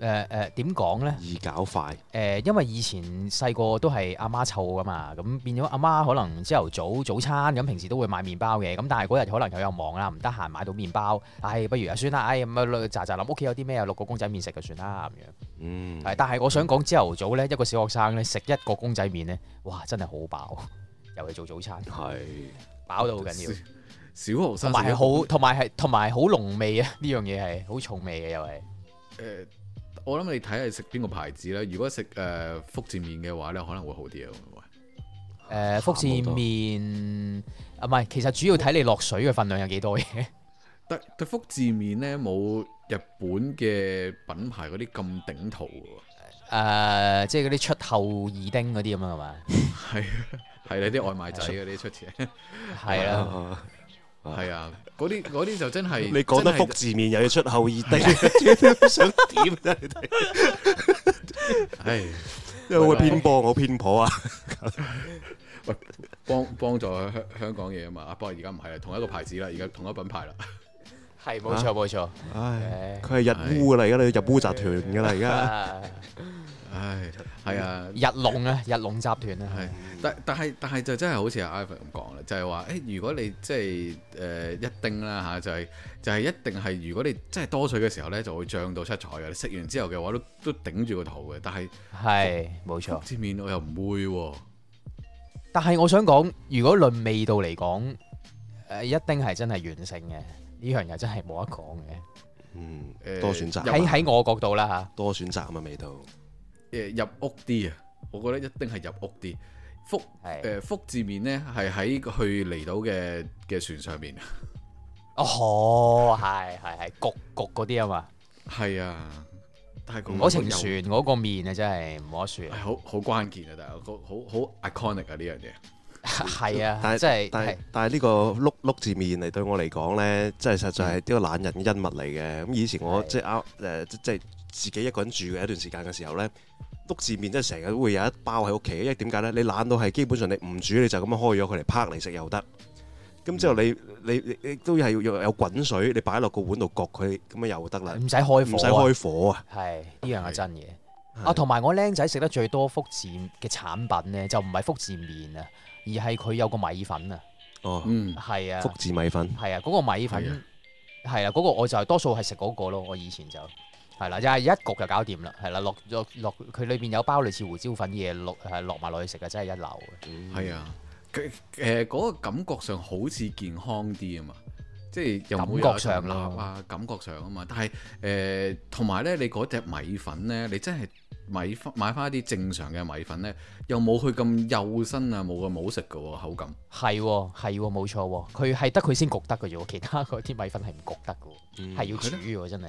S3: 誒誒點講咧？誒、
S1: 易搞快，
S3: 呃因為以前細個都係阿媽湊噶嘛，咁變咗阿媽可能朝頭早早餐咁，平時都會買麵包嘅，咁但係嗰日可能又有忙啦，唔得閒買到麵包，唉、不如啊算啦，唉咁啊，咋咋諗屋企有啲咩啊，六個公仔麵食就算啦咁樣。
S1: 嗯，
S3: 係，但係我想講朝頭早咧，一個小學生咧食一個公仔麵咧，哇！真係好飽，尤其做早餐，
S1: 係
S3: 飽到好緊要。
S2: 小學
S3: 同
S2: 生
S3: 埋
S2: 食
S3: 係
S2: 一
S3: 好，同埋係同埋好濃味啊！呢樣嘢係好重味嘅又係，
S2: 誒我諗你睇係食邊個牌子啦。如果食誒、呃福字面嘅話咧，可能會好啲啊。會唔會
S3: 誒、呃福字面啊，唔係，其實主要睇你落水嘅份量有幾多嘢。
S2: 但但福字面咧冇日本嘅品牌嗰啲咁頂圖嘅
S3: 誒、呃即係嗰啲出後二丁嗰啲咁啊，係嘛？
S2: 喎，係啊係你啲外賣仔嗰啲出錢，
S3: 係啦，
S1: 啊
S2: 係啊，嗰啲嗰啲就真係
S1: 你講得
S2: 真係
S1: 福字面又要出後二 丁，想點啫？你哋
S2: 唉，
S1: 因為會偏幫我偏頗啊！
S2: 喂，幫幫助香香港嘢啊嘛，啊不過而家唔係啦，同一個牌子啦，而家同一個品牌啦，
S3: 係
S1: 啊
S3: 冇錯 冇錯。
S1: 唉，佢係日烏噶啦，而家你日烏集團噶啦，而家
S3: 啊
S2: 唉，係啊。
S3: 日龍啊，日龍集團啊，
S2: 係，但但係但係就真係好似阿 Ivan 咁講啦，就係話誒，如果你即係誒一定啦嚇，就係、就係、一定係，如果你真係多水嘅時候咧，就會漲到七彩嘅。你食完之後嘅話都都頂住個肚嘅，但係
S3: 係冇
S1: 哦
S3: 錯。
S2: 接面我又唔會喎、
S3: 但係我想講，如果論味道嚟講，誒、一丁係真係軟性嘅，呢樣嘢真係冇得講嘅。
S1: 嗯
S2: 誒
S1: 多選擇
S2: 有
S3: 喺
S1: 啊嘛，
S3: 喺我角度啦嚇，
S1: 多選擇啊嘛，味道
S2: 誒入屋啲啊，我覺得一定係入屋啲。福
S3: 係
S2: 誒、呃福字面咧係喺去離島嘅嘅船上面，
S3: 哦，係係係焗焗嗰啲啊嘛，
S2: 係啊，但係
S3: 嗰程
S2: 船
S3: 船嗰個面啊，真係唔可説
S2: 係。 好好關鍵啊，但係好好好 iconic 啊呢樣嘢。
S3: 係啊，
S1: 但
S3: 即係
S1: 但
S3: 係
S1: 係但係呢個碌碌字面嚟對我嚟講咧，真係實在係呢個懶人嘅恩物嚟嘅。咁以前我
S3: 嗯係
S1: 即係啱誒，即即係自己一個人住嘅一段時間嘅時候咧，碌字面真係成日都會有一包喺屋企，因為點解咧？你懶到係基本上你唔煮你就咁樣開咗佢嚟拍嚟食又得。咁之後
S3: 嗯
S1: 你你你你都係要有滾水，你擺落個碗度焗佢，咁樣又得啦，
S3: 唔使開火啊，
S1: 唔使開火啊！
S3: 係呢樣係真嘅。
S1: 係
S3: 啊，同埋我僆仔食得最多福字嘅產品咧，就唔係福字麵啊，而係佢有個米粉啊，
S1: 哦，
S2: 嗯，
S3: 係啊
S1: 福，字米粉。
S3: 係啊，嗰、個米
S2: 係
S3: 粉
S2: 啊
S3: 係啊，嗰、個我就係多數係食嗰個咯，我以前就。係啦，又係一焗就搞掂啦，係啦，落落落佢裏邊有包類似胡椒粉嘅嘢落係落埋落去食啊，真係一流嘅。
S2: 係啊，佢誒嗰個感覺上好似健康啲啊嘛，即係又冇
S3: 感覺上咯
S2: 辣啊，感覺上啊嘛。但係誒同埋咧，你嗰只米粉咧，你真係米粉買翻一啲正常嘅米粉咧，又冇佢咁幼身啊，冇咁好食嘅喎口感。
S3: 係喎，係喎，冇錯喎，佢係得佢先焗得嘅啫喎，其他嗰啲米粉係唔焗得嘅
S2: 嗯
S3: 喎，係要煮嘅喎，真係。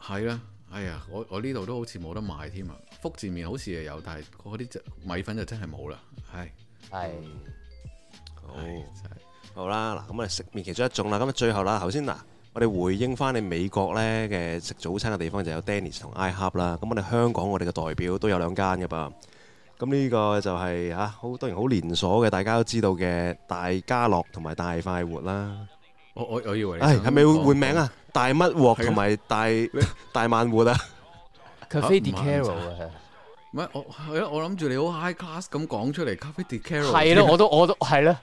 S2: 係啦，哎呀，我我呢度都好似冇得賣添啊！福字面好似又有，但係嗰啲隻米粉就真係冇啦。係，
S3: 係
S2: 嗯
S1: 好哦
S3: 哦
S2: 係。真係
S1: 好啦，嗱，咁我哋食麵其中一種啦，咁啊最後啦，頭先嗱，我哋回應翻你美國咧嘅食早餐嘅地方就有 Denny's 同 iHub 啦，咁我哋香港我哋嘅代表都有兩間嘅噃，咁呢個就係、啊，好當然好連鎖嘅，大家都知道嘅大家樂同埋大快活啦，
S2: 我我我以為你
S1: 唉，
S2: 想
S1: 係咪會
S2: 講
S1: 換名啊？大乜鑊同埋大大慢活啊？
S3: Cafe
S2: 唔
S3: de
S2: 係
S3: Carol 啊。
S2: 唔係我係咯，我諗住你好 high class 咁講出嚟 Cafe de Carol。
S3: 係咯，我都我都係咯，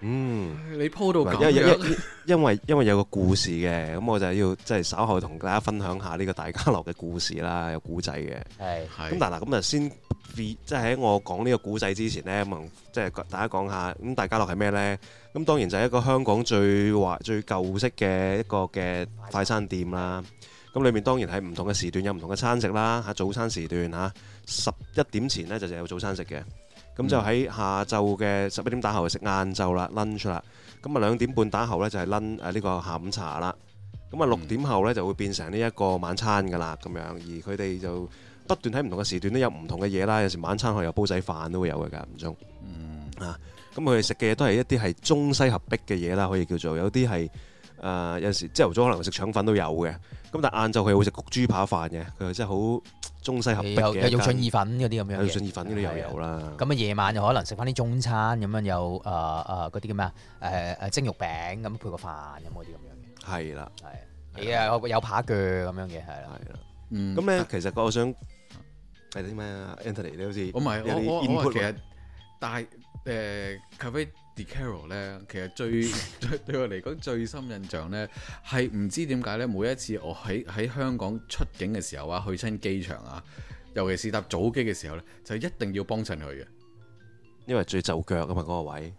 S1: 嗯。
S2: 你鋪到
S1: 唔係
S2: 咁
S1: 因為因
S2: 樣，
S1: 因因為因為有個故事嘅，咁我就要即係稍後同大家分享下呢個大家樂嘅故事啦，有古仔嘅。
S3: 係
S1: 咁
S2: 係
S1: 但係嗱，咁啊先 re- 即係喺我講呢個古仔之前呢，咁啊即係大家講下，咁大家樂係咩呢？咁當然就係一個香港最華最舊式嘅一個嘅快餐店啦。咁裏面當然係唔同嘅時段有唔同嘅餐食啦，嚇早餐時段嚇十一點前呢就就有早餐食嘅。咁就喺下晝嘅十一點打後就食晏晝啦，lunch 啦。咁啊兩點半打後呢就係 lunch 誒呢個下午茶啦。咁啊六點後呢就會變成呢一個晚餐㗎啦，咁樣而佢哋就。不斷喺唔同嘅時段都有唔同嘅嘢啦，有時晚餐可能有煲仔飯都會有嘅間唔中。
S2: 嗯
S1: 咁佢哋食嘅嘢都係一啲係中西合璧嘅嘢啦，可以叫做有啲係誒有陣時朝頭早可能食腸粉都有嘅，咁但係晏晝佢會食焗豬扒飯嘅，佢係真係好中西合璧
S3: 有
S1: 嘅一
S3: 有
S1: 間。
S3: 肉醬意粉嗰啲咁樣
S1: 有
S3: 嘅
S1: 肉筍意粉嗰啲又有。啦。
S3: 咁啊，夜晚就可能食翻啲中餐咁樣，有誒誒嗰啲叫咩啊？誒誒蒸肉餅咁配個飯咁嗰啲咁樣
S1: 係啦，
S3: 嘅，係你啊有有扒腳咁樣嘅係
S1: 係
S3: 啦，
S1: 啦。
S2: 嗯
S1: 咁咧，其實我想係啲咩啊？Anthony，你好似
S2: 我唔係
S1: 有啲
S2: 我我我
S1: input
S2: 其實但係誒 Cafe de Carol 咧，其實最 對對我嚟講最深印象咧係唔知點解咧，每一次我喺喺香港出境嘅時候啊，去親機場啊，尤其是搭早機嘅時候咧，就一定要幫襯佢嘅。
S1: 因為最就腳啊嘛嗰個位。
S2: 哦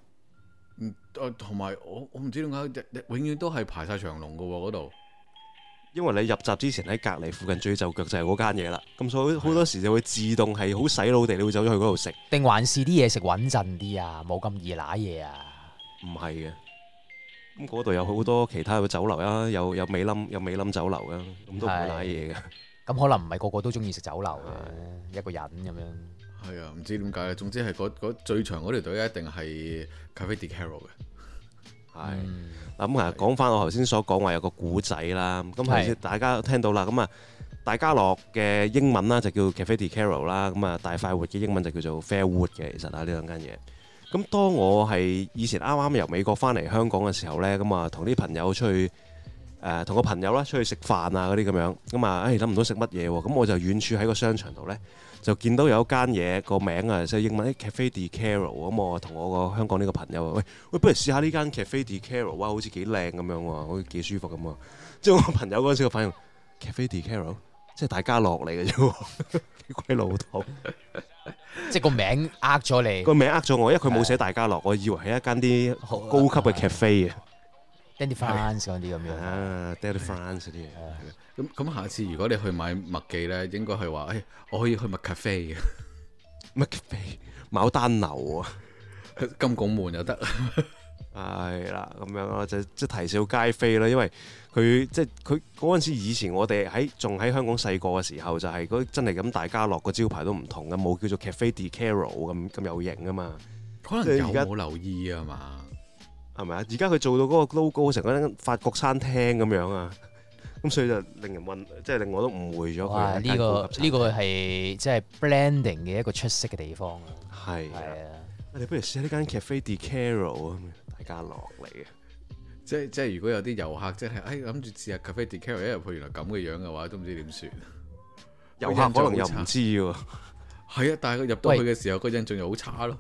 S2: 嗯，誒同埋我我唔知點解，日日永遠都係排晒長龍嘅喎嗰度。
S1: 因為你入閘之前喺隔離附近最就腳就係嗰間嘢啦，咁所以好好多時就會自動係好洗腦地，你會走咗去嗰度食，
S3: 定還是啲嘢食穩陣啲啊，冇咁易揦嘢啊？
S1: 唔係嘅。咁嗰度有好多其他嘅酒樓啦，有有美冧有美冧酒樓啦，咁都唔會
S3: 係
S1: 瀨嘢嘅。
S3: 咁可能唔係個個都中意食酒樓嘅，一個人咁樣。
S2: 係啊，唔知點解咧。總之係嗰嗰最長嗰條隊一定係 Cafe di Caro 嘅。
S1: 係
S3: 嗯
S1: 咁啊，講翻我頭先所講話有個古仔啦，咁頭先
S3: 係
S1: 大家都聽到啦，咁啊，大家樂嘅英文啦就叫 Cafe di Caro 啦，咁啊大快活嘅英文就叫做 Fairwood 嘅，其實啊呢兩間嘢。咁當我係以前啱啱由美國翻嚟香港嘅時候呢，咁啊同啲朋友出去誒同個朋友啦出去食飯啊嗰啲咁樣，咁啊誒諗唔到食乜嘢喎，咁我就遠處喺個商場度呢，就見到有一間嘢個名啊即係英文誒 Cafe di Caro，咁我同我個香港呢個朋友話喂。喂，不如試下呢間 Cafe di Caro，哇，好似幾靚咁樣喎，好似幾舒服咁喎。即係我朋友嗰陣時個反應，Cafe di Caro，即係大家樂嚟嘅啫喎， 幾鬼老土。
S3: 即係個名呃咗你
S1: 個名呃咗我，因為佢冇寫大家樂，我以為係一間啲
S3: 好啊
S1: 高級嘅 cafe
S3: ，Dandy France 嗰啲咁
S1: 啊，
S3: 樣。
S1: 啊 d a d d France 嗰啲嘢。
S2: 咁咁下次如果你去買麥記呢，應該係話，誒、哎我可以去麥 cafe
S1: 乜 cafe？牡丹樓啊，
S2: 嘅， 金拱門 又得。
S1: 係啦，咁樣咯，就即係啼笑皆非啦。因為佢即係佢嗰陣時，以前我哋喺仲喺香港細個嘅時候，就係嗰真係咁大家樂個招牌都唔同嘅，冇叫做 Cafe di Caro 咁咁有型啊嘛。
S2: 可
S1: 即
S2: 能
S1: 係
S2: 有
S1: 而家
S2: 冇留意啊嘛？
S1: 係咪啊？而家佢做到嗰個 logo 成間法國餐廳咁樣啊， 咁所以就令人混，即係令我都誤會咗
S3: 哇！
S1: 佢係一
S3: 呢
S1: 間高
S3: 個
S1: 級餐廳。
S3: 呢個係即係 blending 嘅一個出色嘅地方啊。
S1: 係啊，
S3: 係啊。
S1: 你不如試下呢間 Cafe di Caro 啊，大家樂嚟嘅。
S2: 即係即係如果有啲遊客即係，誒諗住試下 cafe di caro，一入去原來咁嘅樣嘅話，都唔知點算。
S1: 遊客可能又唔知喎。
S2: 係啊，但係佢入到去嘅時候，個印象又好差 咯。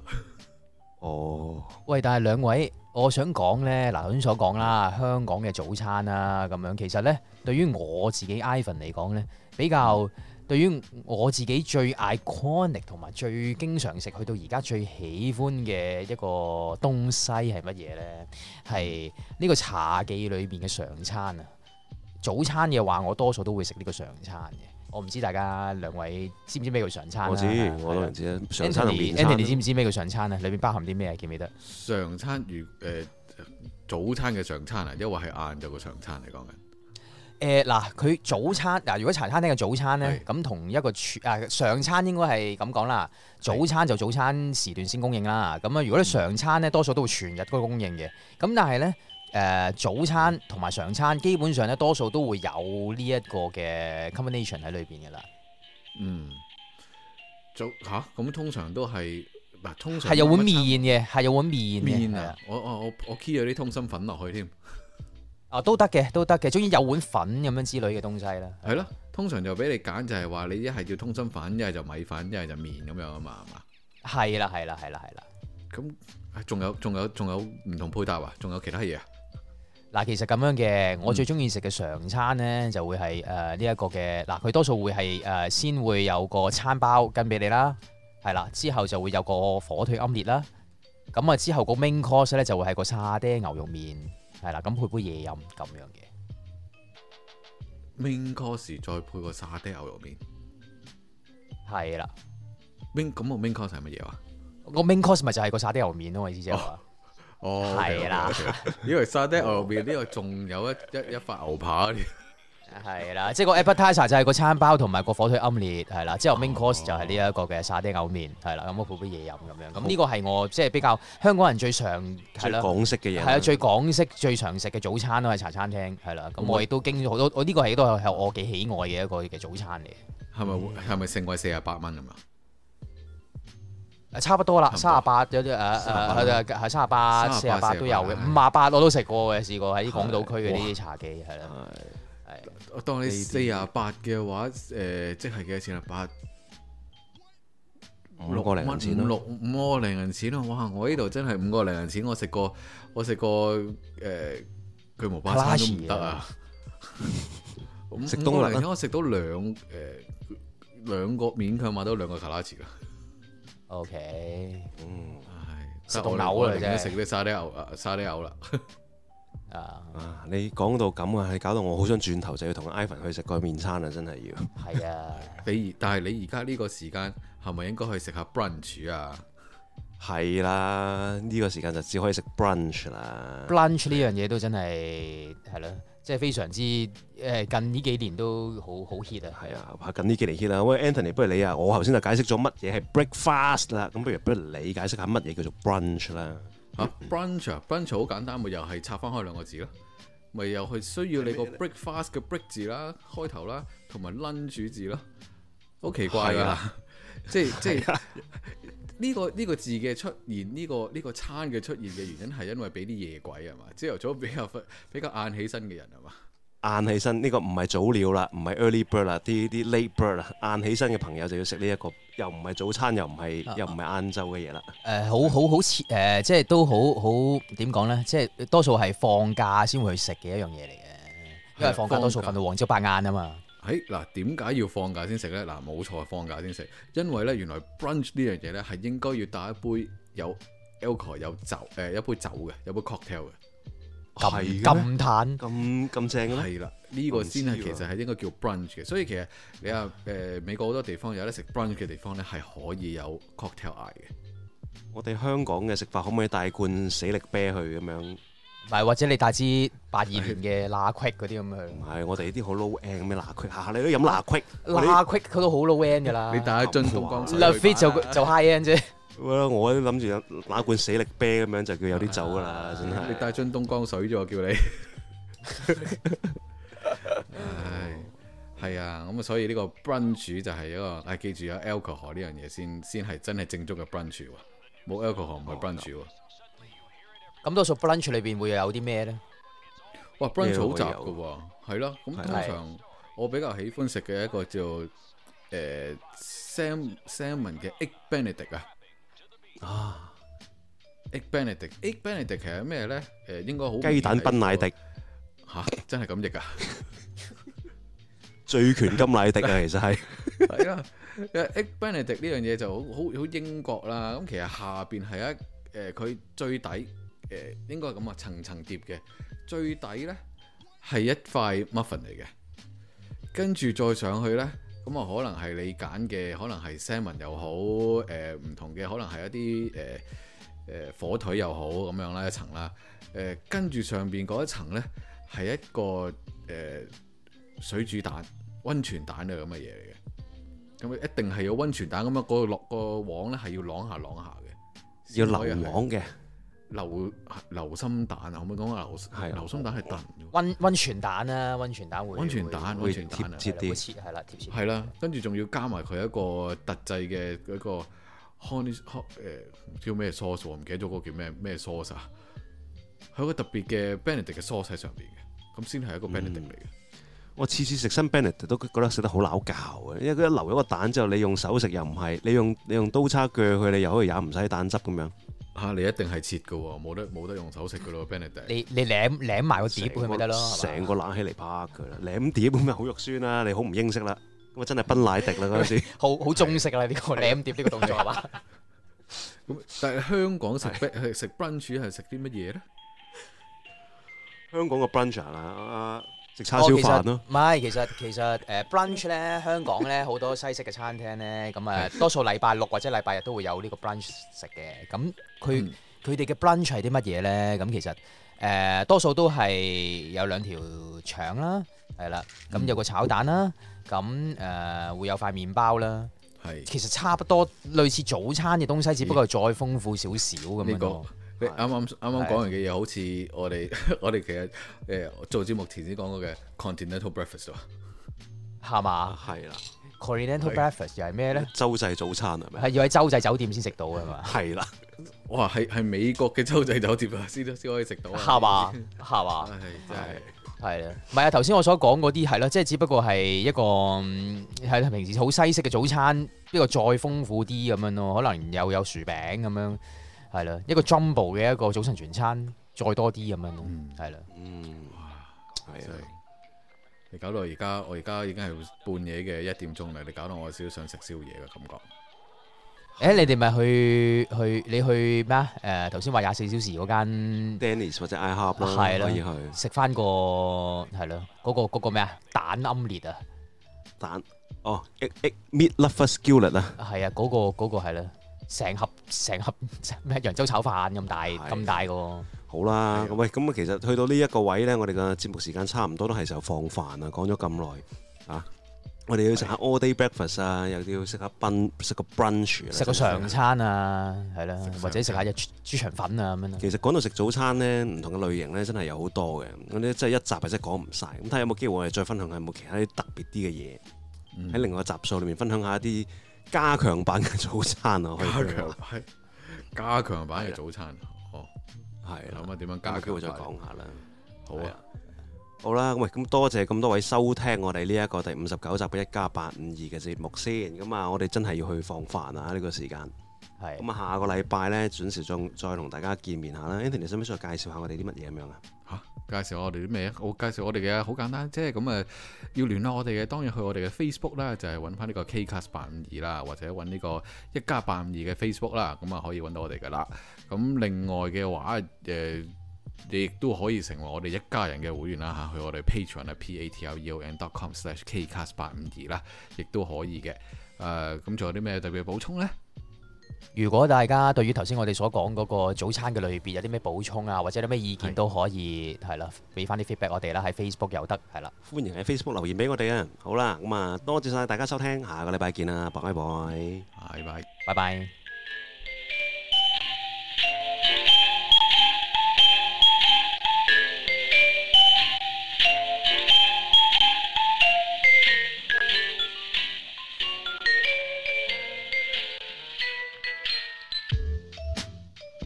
S1: 哦，
S3: 喂，但係兩位，我想講呢，嗱頭先所講啦，香港嘅早餐啦，咁樣其實呢，對於我自己 Ivan 嚟講呢，比較對於我自己最 iconic 同埋最經常食，去到而家最喜歡嘅一個東西係乜嘢呢？係呢個茶記裏邊嘅常餐啊！早餐嘅話，我多數都會食呢個常餐嘅。我唔知大家兩位知唔知咩叫常餐啦
S1: 我知，我
S3: 係
S1: 當
S3: 啦
S1: 然知啦。啊上餐同
S3: Anthony-
S1: 面餐
S3: Anthony 知唔知咩叫常餐啊？裏面包含啲咩啊？記唔記得？
S2: 常餐如誒、呃早餐嘅常餐啊，抑或係晏晝嘅常餐嚟講緊。
S3: 誒嗱，佢早餐嗱，如果茶餐廳嘅早餐咧，
S2: 係
S3: 咁同一個廚啊上餐應該係咁講啦，早餐就早餐時段先供應啦。咁啊，如果你常餐咧，多數都會全日都供應嘅。咁但係咧，誒、早餐同埋常餐基本上咧，多數都會有呢一個嘅 combination 喺裏邊嘅啦。
S2: 嗯，早吓咁、通常都係嗱，通常
S3: 係有碗
S2: 乜餐
S3: 麵嘅，係有碗麵嘅。
S2: 面
S3: 係啊
S2: 啊！我我我我 key 咗啲通心粉落去添，
S3: 啊都得嘅，都得嘅，總之有碗粉咁樣之類嘅東西啦。
S2: 係咯。通常就俾你揀，就係話你一係要通心粉，一係就米粉，一係就面咁樣啊嘛，係嘛？
S3: 係啦，係啦，係啦，係啦。
S2: 咁啊仲有仲有仲有唔同配搭啊，仲有其他嘢啊？
S3: 嗱，其實咁樣嘅，我最中意食嘅常餐咧，就會係誒呃呢一個嘅，嗱，佢多數會係誒、呃先會有個餐包跟俾你啦，係啦，之後就會有個火腿奄列啦，咁啊之後個 main course 咧就會係個沙爹牛肉麵，係啦，咁配杯嘢飲咁樣嘅，
S2: main course 再配個沙爹牛肉麵
S3: 係啦，
S2: main 咁個 main course 係乜嘢話？
S3: 個 main course 咪就係個沙爹牛肉麵咯，我意思即係話，
S2: 哦，
S3: 係啦
S2: OK，OK，OK，因為沙爹牛肉麵呢個仲有一一一塊牛扒嗰啲，
S3: 係啦，即係個 appetizer 就係個餐包同埋個火腿奄列，係啦，之後 main course 就係呢一個嘅沙爹牛麵，係啦，咁我配杯嘢飲咁樣，咁呢個係我即係比較香港人最常係
S1: 最
S3: 啦。
S1: 港式嘅嘢。
S3: 係啊，最港式最常食嘅早餐咯，喺茶餐廳係啦。咁我亦都經咗好多，我呢個係都係我幾喜愛嘅一個嘅早餐嚟嘅
S2: 係咪會係咪勝過四十八蚊咁啊？。
S3: 誒啊差不多啦，三
S2: 差唔
S3: 十八有啲誒
S2: 38
S3: 誒係三十八、
S2: 38
S3: 四十八都有嘅，
S2: 係
S3: 五十八我都食過嘅，試過喺港島區嘅
S2: 哇
S3: 呢啲茶記係啦，
S1: 係
S3: 係
S2: 我當你四廿八嘅話，誒、即係幾多錢啊？八
S1: 五個零銀錢
S2: 五
S1: 咯。
S2: 六五個零銀錢咯！哇！我呢度真係五個零銀錢，我食過我食過誒、巨無霸餐都唔得啊！五
S1: 食
S2: 五
S1: 冬啊
S2: 個零
S1: 甩啦
S2: 錢我食到兩誒、兩個勉強買到兩個卡拉啊茨啦，
S3: OK
S1: 嗯
S2: 唉
S3: 食
S2: 得我
S3: 到嘔啦
S2: 我寧願
S3: 真係
S2: 呃食啲沙爹牛啊沙爹牛啦，
S3: 啊，
S1: 啊！你講到咁啊，係搞到我好想轉頭就要同 Ivan 去食個面餐啊！真係要
S3: 係啊，
S2: 你而但係你而家呢個時間係咪應該去食下 brunch 啊？
S1: 係啦，呢、個時間就只可以食 brunch 啦。
S3: lunch 呢樣嘢都真係係咯，即係非常之誒近呢幾年都好好 hit 啊，
S1: 係啊，近呢幾年 hit 啦。喂，Anthony，不如你啊，我頭先就解釋咗乜嘢係 breakfast 啦，咁不如不如你解釋下乜嘢叫做 brunch 啦。
S2: 嚇 brunch 啊，brunch 好簡單，咪又係拆翻開兩個字咯，咪又係需要你個 breakfast 嘅 break 字啦，開頭啦，同埋 lunch 字咯，好奇怪
S1: 係
S2: 㗎
S1: 啊，
S2: 即 係即係啊呢個呢個字嘅出現，呢個呢個餐嘅出現嘅原因係因為俾啲夜鬼啊係嘛，朝頭早比較瞓比較晏起身嘅人啊係嘛，
S1: 晏起身呢、個唔係早鳥啦，唔係 early bird 啦，啲啲 late bird 啦。晏起身嘅朋友就要食呢一個，又唔係早餐，又唔係又唔係晏晝嘅嘢啦。
S3: 誒好好好似誒即係都好好點講咧，即係多數係放假先會去食嘅一樣嘢嚟嘅，因為放假多數瞓到黃朝白晏啊嘛。
S2: 喺哎嗱，點解要放假先食呢？嗱，冇錯，放假先食，因為呢，原來 brunch 呢樣嘢呢，係應該要帶一杯有 alcohol 有酒誒、一杯酒嘅，有杯 cocktail 嘅，
S1: 係
S3: 咁
S1: 嘅咩
S3: 咁淡，
S1: 咁咁正嘅咩？
S2: 係啦，呢、個先
S1: 我
S2: 係
S1: 唔知
S2: 其
S1: 喎
S2: 實係應該叫 brunch 嘅。所以其實你話誒、美國好多地方有得食 brunch 嘅地方呢，係可以有 cocktail 嗌嘅。
S1: 我哋香港嘅食法可唔可以帶罐死力啤去咁樣？
S3: 唔係或者你帶支八二年嘅拉曲嗰啲咁
S1: 唔
S3: 去，
S1: 係，我哋呢啲好 low end 咩嗱，佢下下你都飲嗱佢，我哋
S3: 拉曲佢都好 low end 㗎啦。
S1: 啊
S2: 你帶一樽東江水
S3: l o
S2: 去
S3: fit 就
S2: 玩啊
S3: 就 high end 啫。
S1: 喂我都諗住有揦罐死力啤咁樣就叫有啲酒㗎啦，真
S2: 你
S1: 係。
S2: 帶樽東江水啫喎，叫你。唉，係啊，咁啊，所以呢個 brunch 就係一個，唉，記住有啊 alcohol 呢樣嘢先，先係真係正宗嘅 brunch 喎。冇 alcohol 唔係 brunch 喎。
S3: 咁多數 brunch 裏邊會有啲咩咧？
S2: 哇，brunch 好
S1: 都會
S2: 雜
S1: 有
S2: 嘅喎，係咯。咁
S1: 係
S2: 通常我比較喜歡食嘅一個叫誒、Sam Salmon 嘅 egg Benedict 啊。
S1: 啊，
S2: egg Benedict，egg Benedict 其實係咩咧？誒、應該好
S1: 雞蛋
S2: 明顯係
S1: 賓奶
S2: 一
S1: 迪
S2: 個、吓、真係咁譯㗎。啊
S1: 醉拳金奶迪 啊，其實係。
S2: 係啊，因為 egg Benedict 呢樣嘢就好好好英國啦。咁其實下邊係一誒佢、最底誒、應該係咁啊，層層疊嘅。最底咧係一塊 muffin 嚟嘅，跟住再上去咧，咁啊可能係你揀嘅，可能係 salmon 又好，誒、唔同嘅可能係一啲誒誒火腿又好咁樣啦一層啦。誒、跟住上邊嗰一層咧係一個誒、水煮蛋、温泉蛋嘅咁嘅嘢嚟嘅。咁一定係有温泉蛋咁啊樣，嗰個落個網咧係要啷下啷下嘅，
S1: 要
S2: 先可以
S1: 流
S2: 係
S1: 網嘅，
S2: 流流心蛋啊，可唔可以講話
S1: 係
S2: 流流心蛋係燉嘅？
S3: 温温泉蛋啦，温泉啊蛋會
S2: 温泉蛋
S3: 會
S2: 温泉蛋啊
S3: 會
S1: 貼啲
S3: 會切係啦，貼切
S2: 係啦，跟住仲要加埋佢一個特製嘅嗰個 honey ho- 誒叫咩 sauce 我唔記得咗嗰個叫咩咩 sauce 啊，佢有個特別嘅 Benedict 嘅 sauce 喺上邊嘅，咁先係一
S3: 嗯
S2: 個 Benedict 嚟嘅。
S1: 我次次食新 Benedict 都覺得食得好撈教嘅，因為佢一留咗個蛋之後，你用手食又唔係，你用你用刀叉鋸佢，你又可以飲唔使蛋汁咁樣。
S2: 嚇、你一定係切嘅喎，冇得冇得用手食嘅咯，Benedict。
S3: 你你舐舐埋個碟佢咪得咯，係
S1: 成
S3: 嘛
S1: 個冷氣嚟拍佢啦，舐碟咁咪好肉酸啦，你好唔英式啦，咁啊真係賓奶迪啦嗰陣 時，
S3: 好好中式啦呢個舐碟呢個動作係嘛？
S2: 咁但係香港食 ben- 食 brunch 係食啲乜嘢咧？
S1: 香港個 brunch 啊啊，食叉
S3: 哦
S1: 燒
S3: 其實
S1: 飯咯，
S3: 唔係，其實其實誒 brunch 咧，香港咧好多西式嘅餐廳咧，咁啊多數禮拜六或者禮拜日都會有呢個 brunch 食嘅。咁佢
S2: 嗯
S3: 佢哋嘅 brunch 係啲乜嘢咧？咁其實誒、呃多數都係有兩條腸啦，係啦，咁有個炒蛋啦，咁誒、呃、會有塊麵包啦。
S2: 係。
S3: 其實差不多類似早餐嘅東西，只不過係再豐富少少咁
S2: 呢
S3: 樣
S2: 個
S3: 咯。
S2: 你啱啱啱啱講完嘅嘢，好似我哋 我哋其實誒、做節目前先講過嘅 continental breakfast 啊喎，
S3: 係嘛
S1: 啊係啦，
S3: ？Continental breakfast 又係咩咧？
S1: 洲際早餐係咪？
S3: 係要喺洲際酒店先食到㗎嘛？
S1: 係啦，
S2: 哇係係美國嘅洲際酒店啊，先 先可以食到啊，
S3: 係嘛？係
S2: 唉？
S3: 嘛？
S2: 係真係
S3: 係啦，唔係啊！頭先我所講嗰啲係咯，即係只不過係一個嗯係啦平時好西式嘅早餐，一個再豐富啲咁樣咯，可能又有薯餅咁樣，係啦，一個 jumbo 嘅一個早晨全餐，再多啲咁樣咯，係啦，
S1: 嗯，係
S2: 真
S1: 啊
S2: 係。。你搞到而家，我而家已經係半夜嘅一點鐘啦！你搞到我有少少想食宵夜嘅感覺。
S3: 誒，你哋咪去去你去咩啊？誒，頭先話廿四小時嗰間
S1: Dennis 或者 iHub 啦，
S3: 係啦
S1: 可以去
S3: 食翻個係咯，嗰個嗰個咩啊？蛋奄列啊，
S1: 蛋哦，egg egg meat lover skillet 啊，
S3: 係啊，嗰個嗰個係啦，成盒成盒 咩揚州炒飯咁大
S1: 係
S3: 咁大個，
S1: 好啦，咁喂，咁啊其實去到呢一個位呢，我哋嘅節目時間差唔多，都係時候放飯啦，講咗咁耐啊，我哋要食下 all day breakfast 啊，又要食下 bun 食個 brunch 啦
S3: 食
S1: 真
S3: 個
S1: 係
S3: 常餐啊，係啦
S2: 食常，
S3: 或者食下隻豬豬腸粉啊咁樣啊
S1: 其實講到食早餐呢，唔同嘅類型呢，真係有好多嘅，咁呢真係一集係真係講唔晒。咁睇下有冇機會我哋再分享下有冇其他啲特別啲嘅嘢，
S2: 嗯
S1: 喺另外嘅集數裏面分享下一啲加強版嘅早餐啊，可以
S2: 加
S1: 講
S2: 強
S1: 下
S2: 版加強版嘅早餐，哦，
S1: 係啦，
S2: 諗下點樣加
S1: 加啊機會
S2: 強
S1: 再
S2: 再
S1: 講下啦。
S2: 好啊，
S1: 好啦，咁喂，咁多謝咁多位收聽我哋呢一個第五十九集嘅一家八五二嘅節目先。咁啊，我哋真係要去放飯啊！呢、個時間。
S3: 係
S1: 咁啊，下個禮拜呢，準時再再同大家見面下啦。Anthony，你使唔使再介紹下我哋啲乜嘢咁樣啊？
S2: 介紹我哋啲咩啊？我介紹我哋嘅好簡單啫，咁啊要聯絡我哋嘅，當然去我哋嘅 Facebook 啦，就係揾翻呢個 KCast 八五二啦，或者揾呢個一家八五二嘅 Facebook 啦，咁啊可以揾到我哋噶啦。咁另外嘅話，誒、你亦都可以成為我哋一家人嘅會員啦嚇，去我哋 Patreon 啊 p a t r e o n dot com slash kcast 八五二啦，亦都可以嘅。誒、咁仲有啲咩特別補充呢？
S3: 如果大家對於頭先我哋所講嗰個早餐嘅類別有啲咩補充啊，或者有啲咩意見
S2: 係
S3: 都可以係啦，俾翻啲 feedback 我哋啦，喺 Facebook 又得係啦。
S1: 歡迎喺 Facebook 留言俾我哋啊啊！好啦，咁啊，多謝晒大家收聽，下個禮拜見啦，拜拜。
S2: 拜拜。
S3: 拜拜。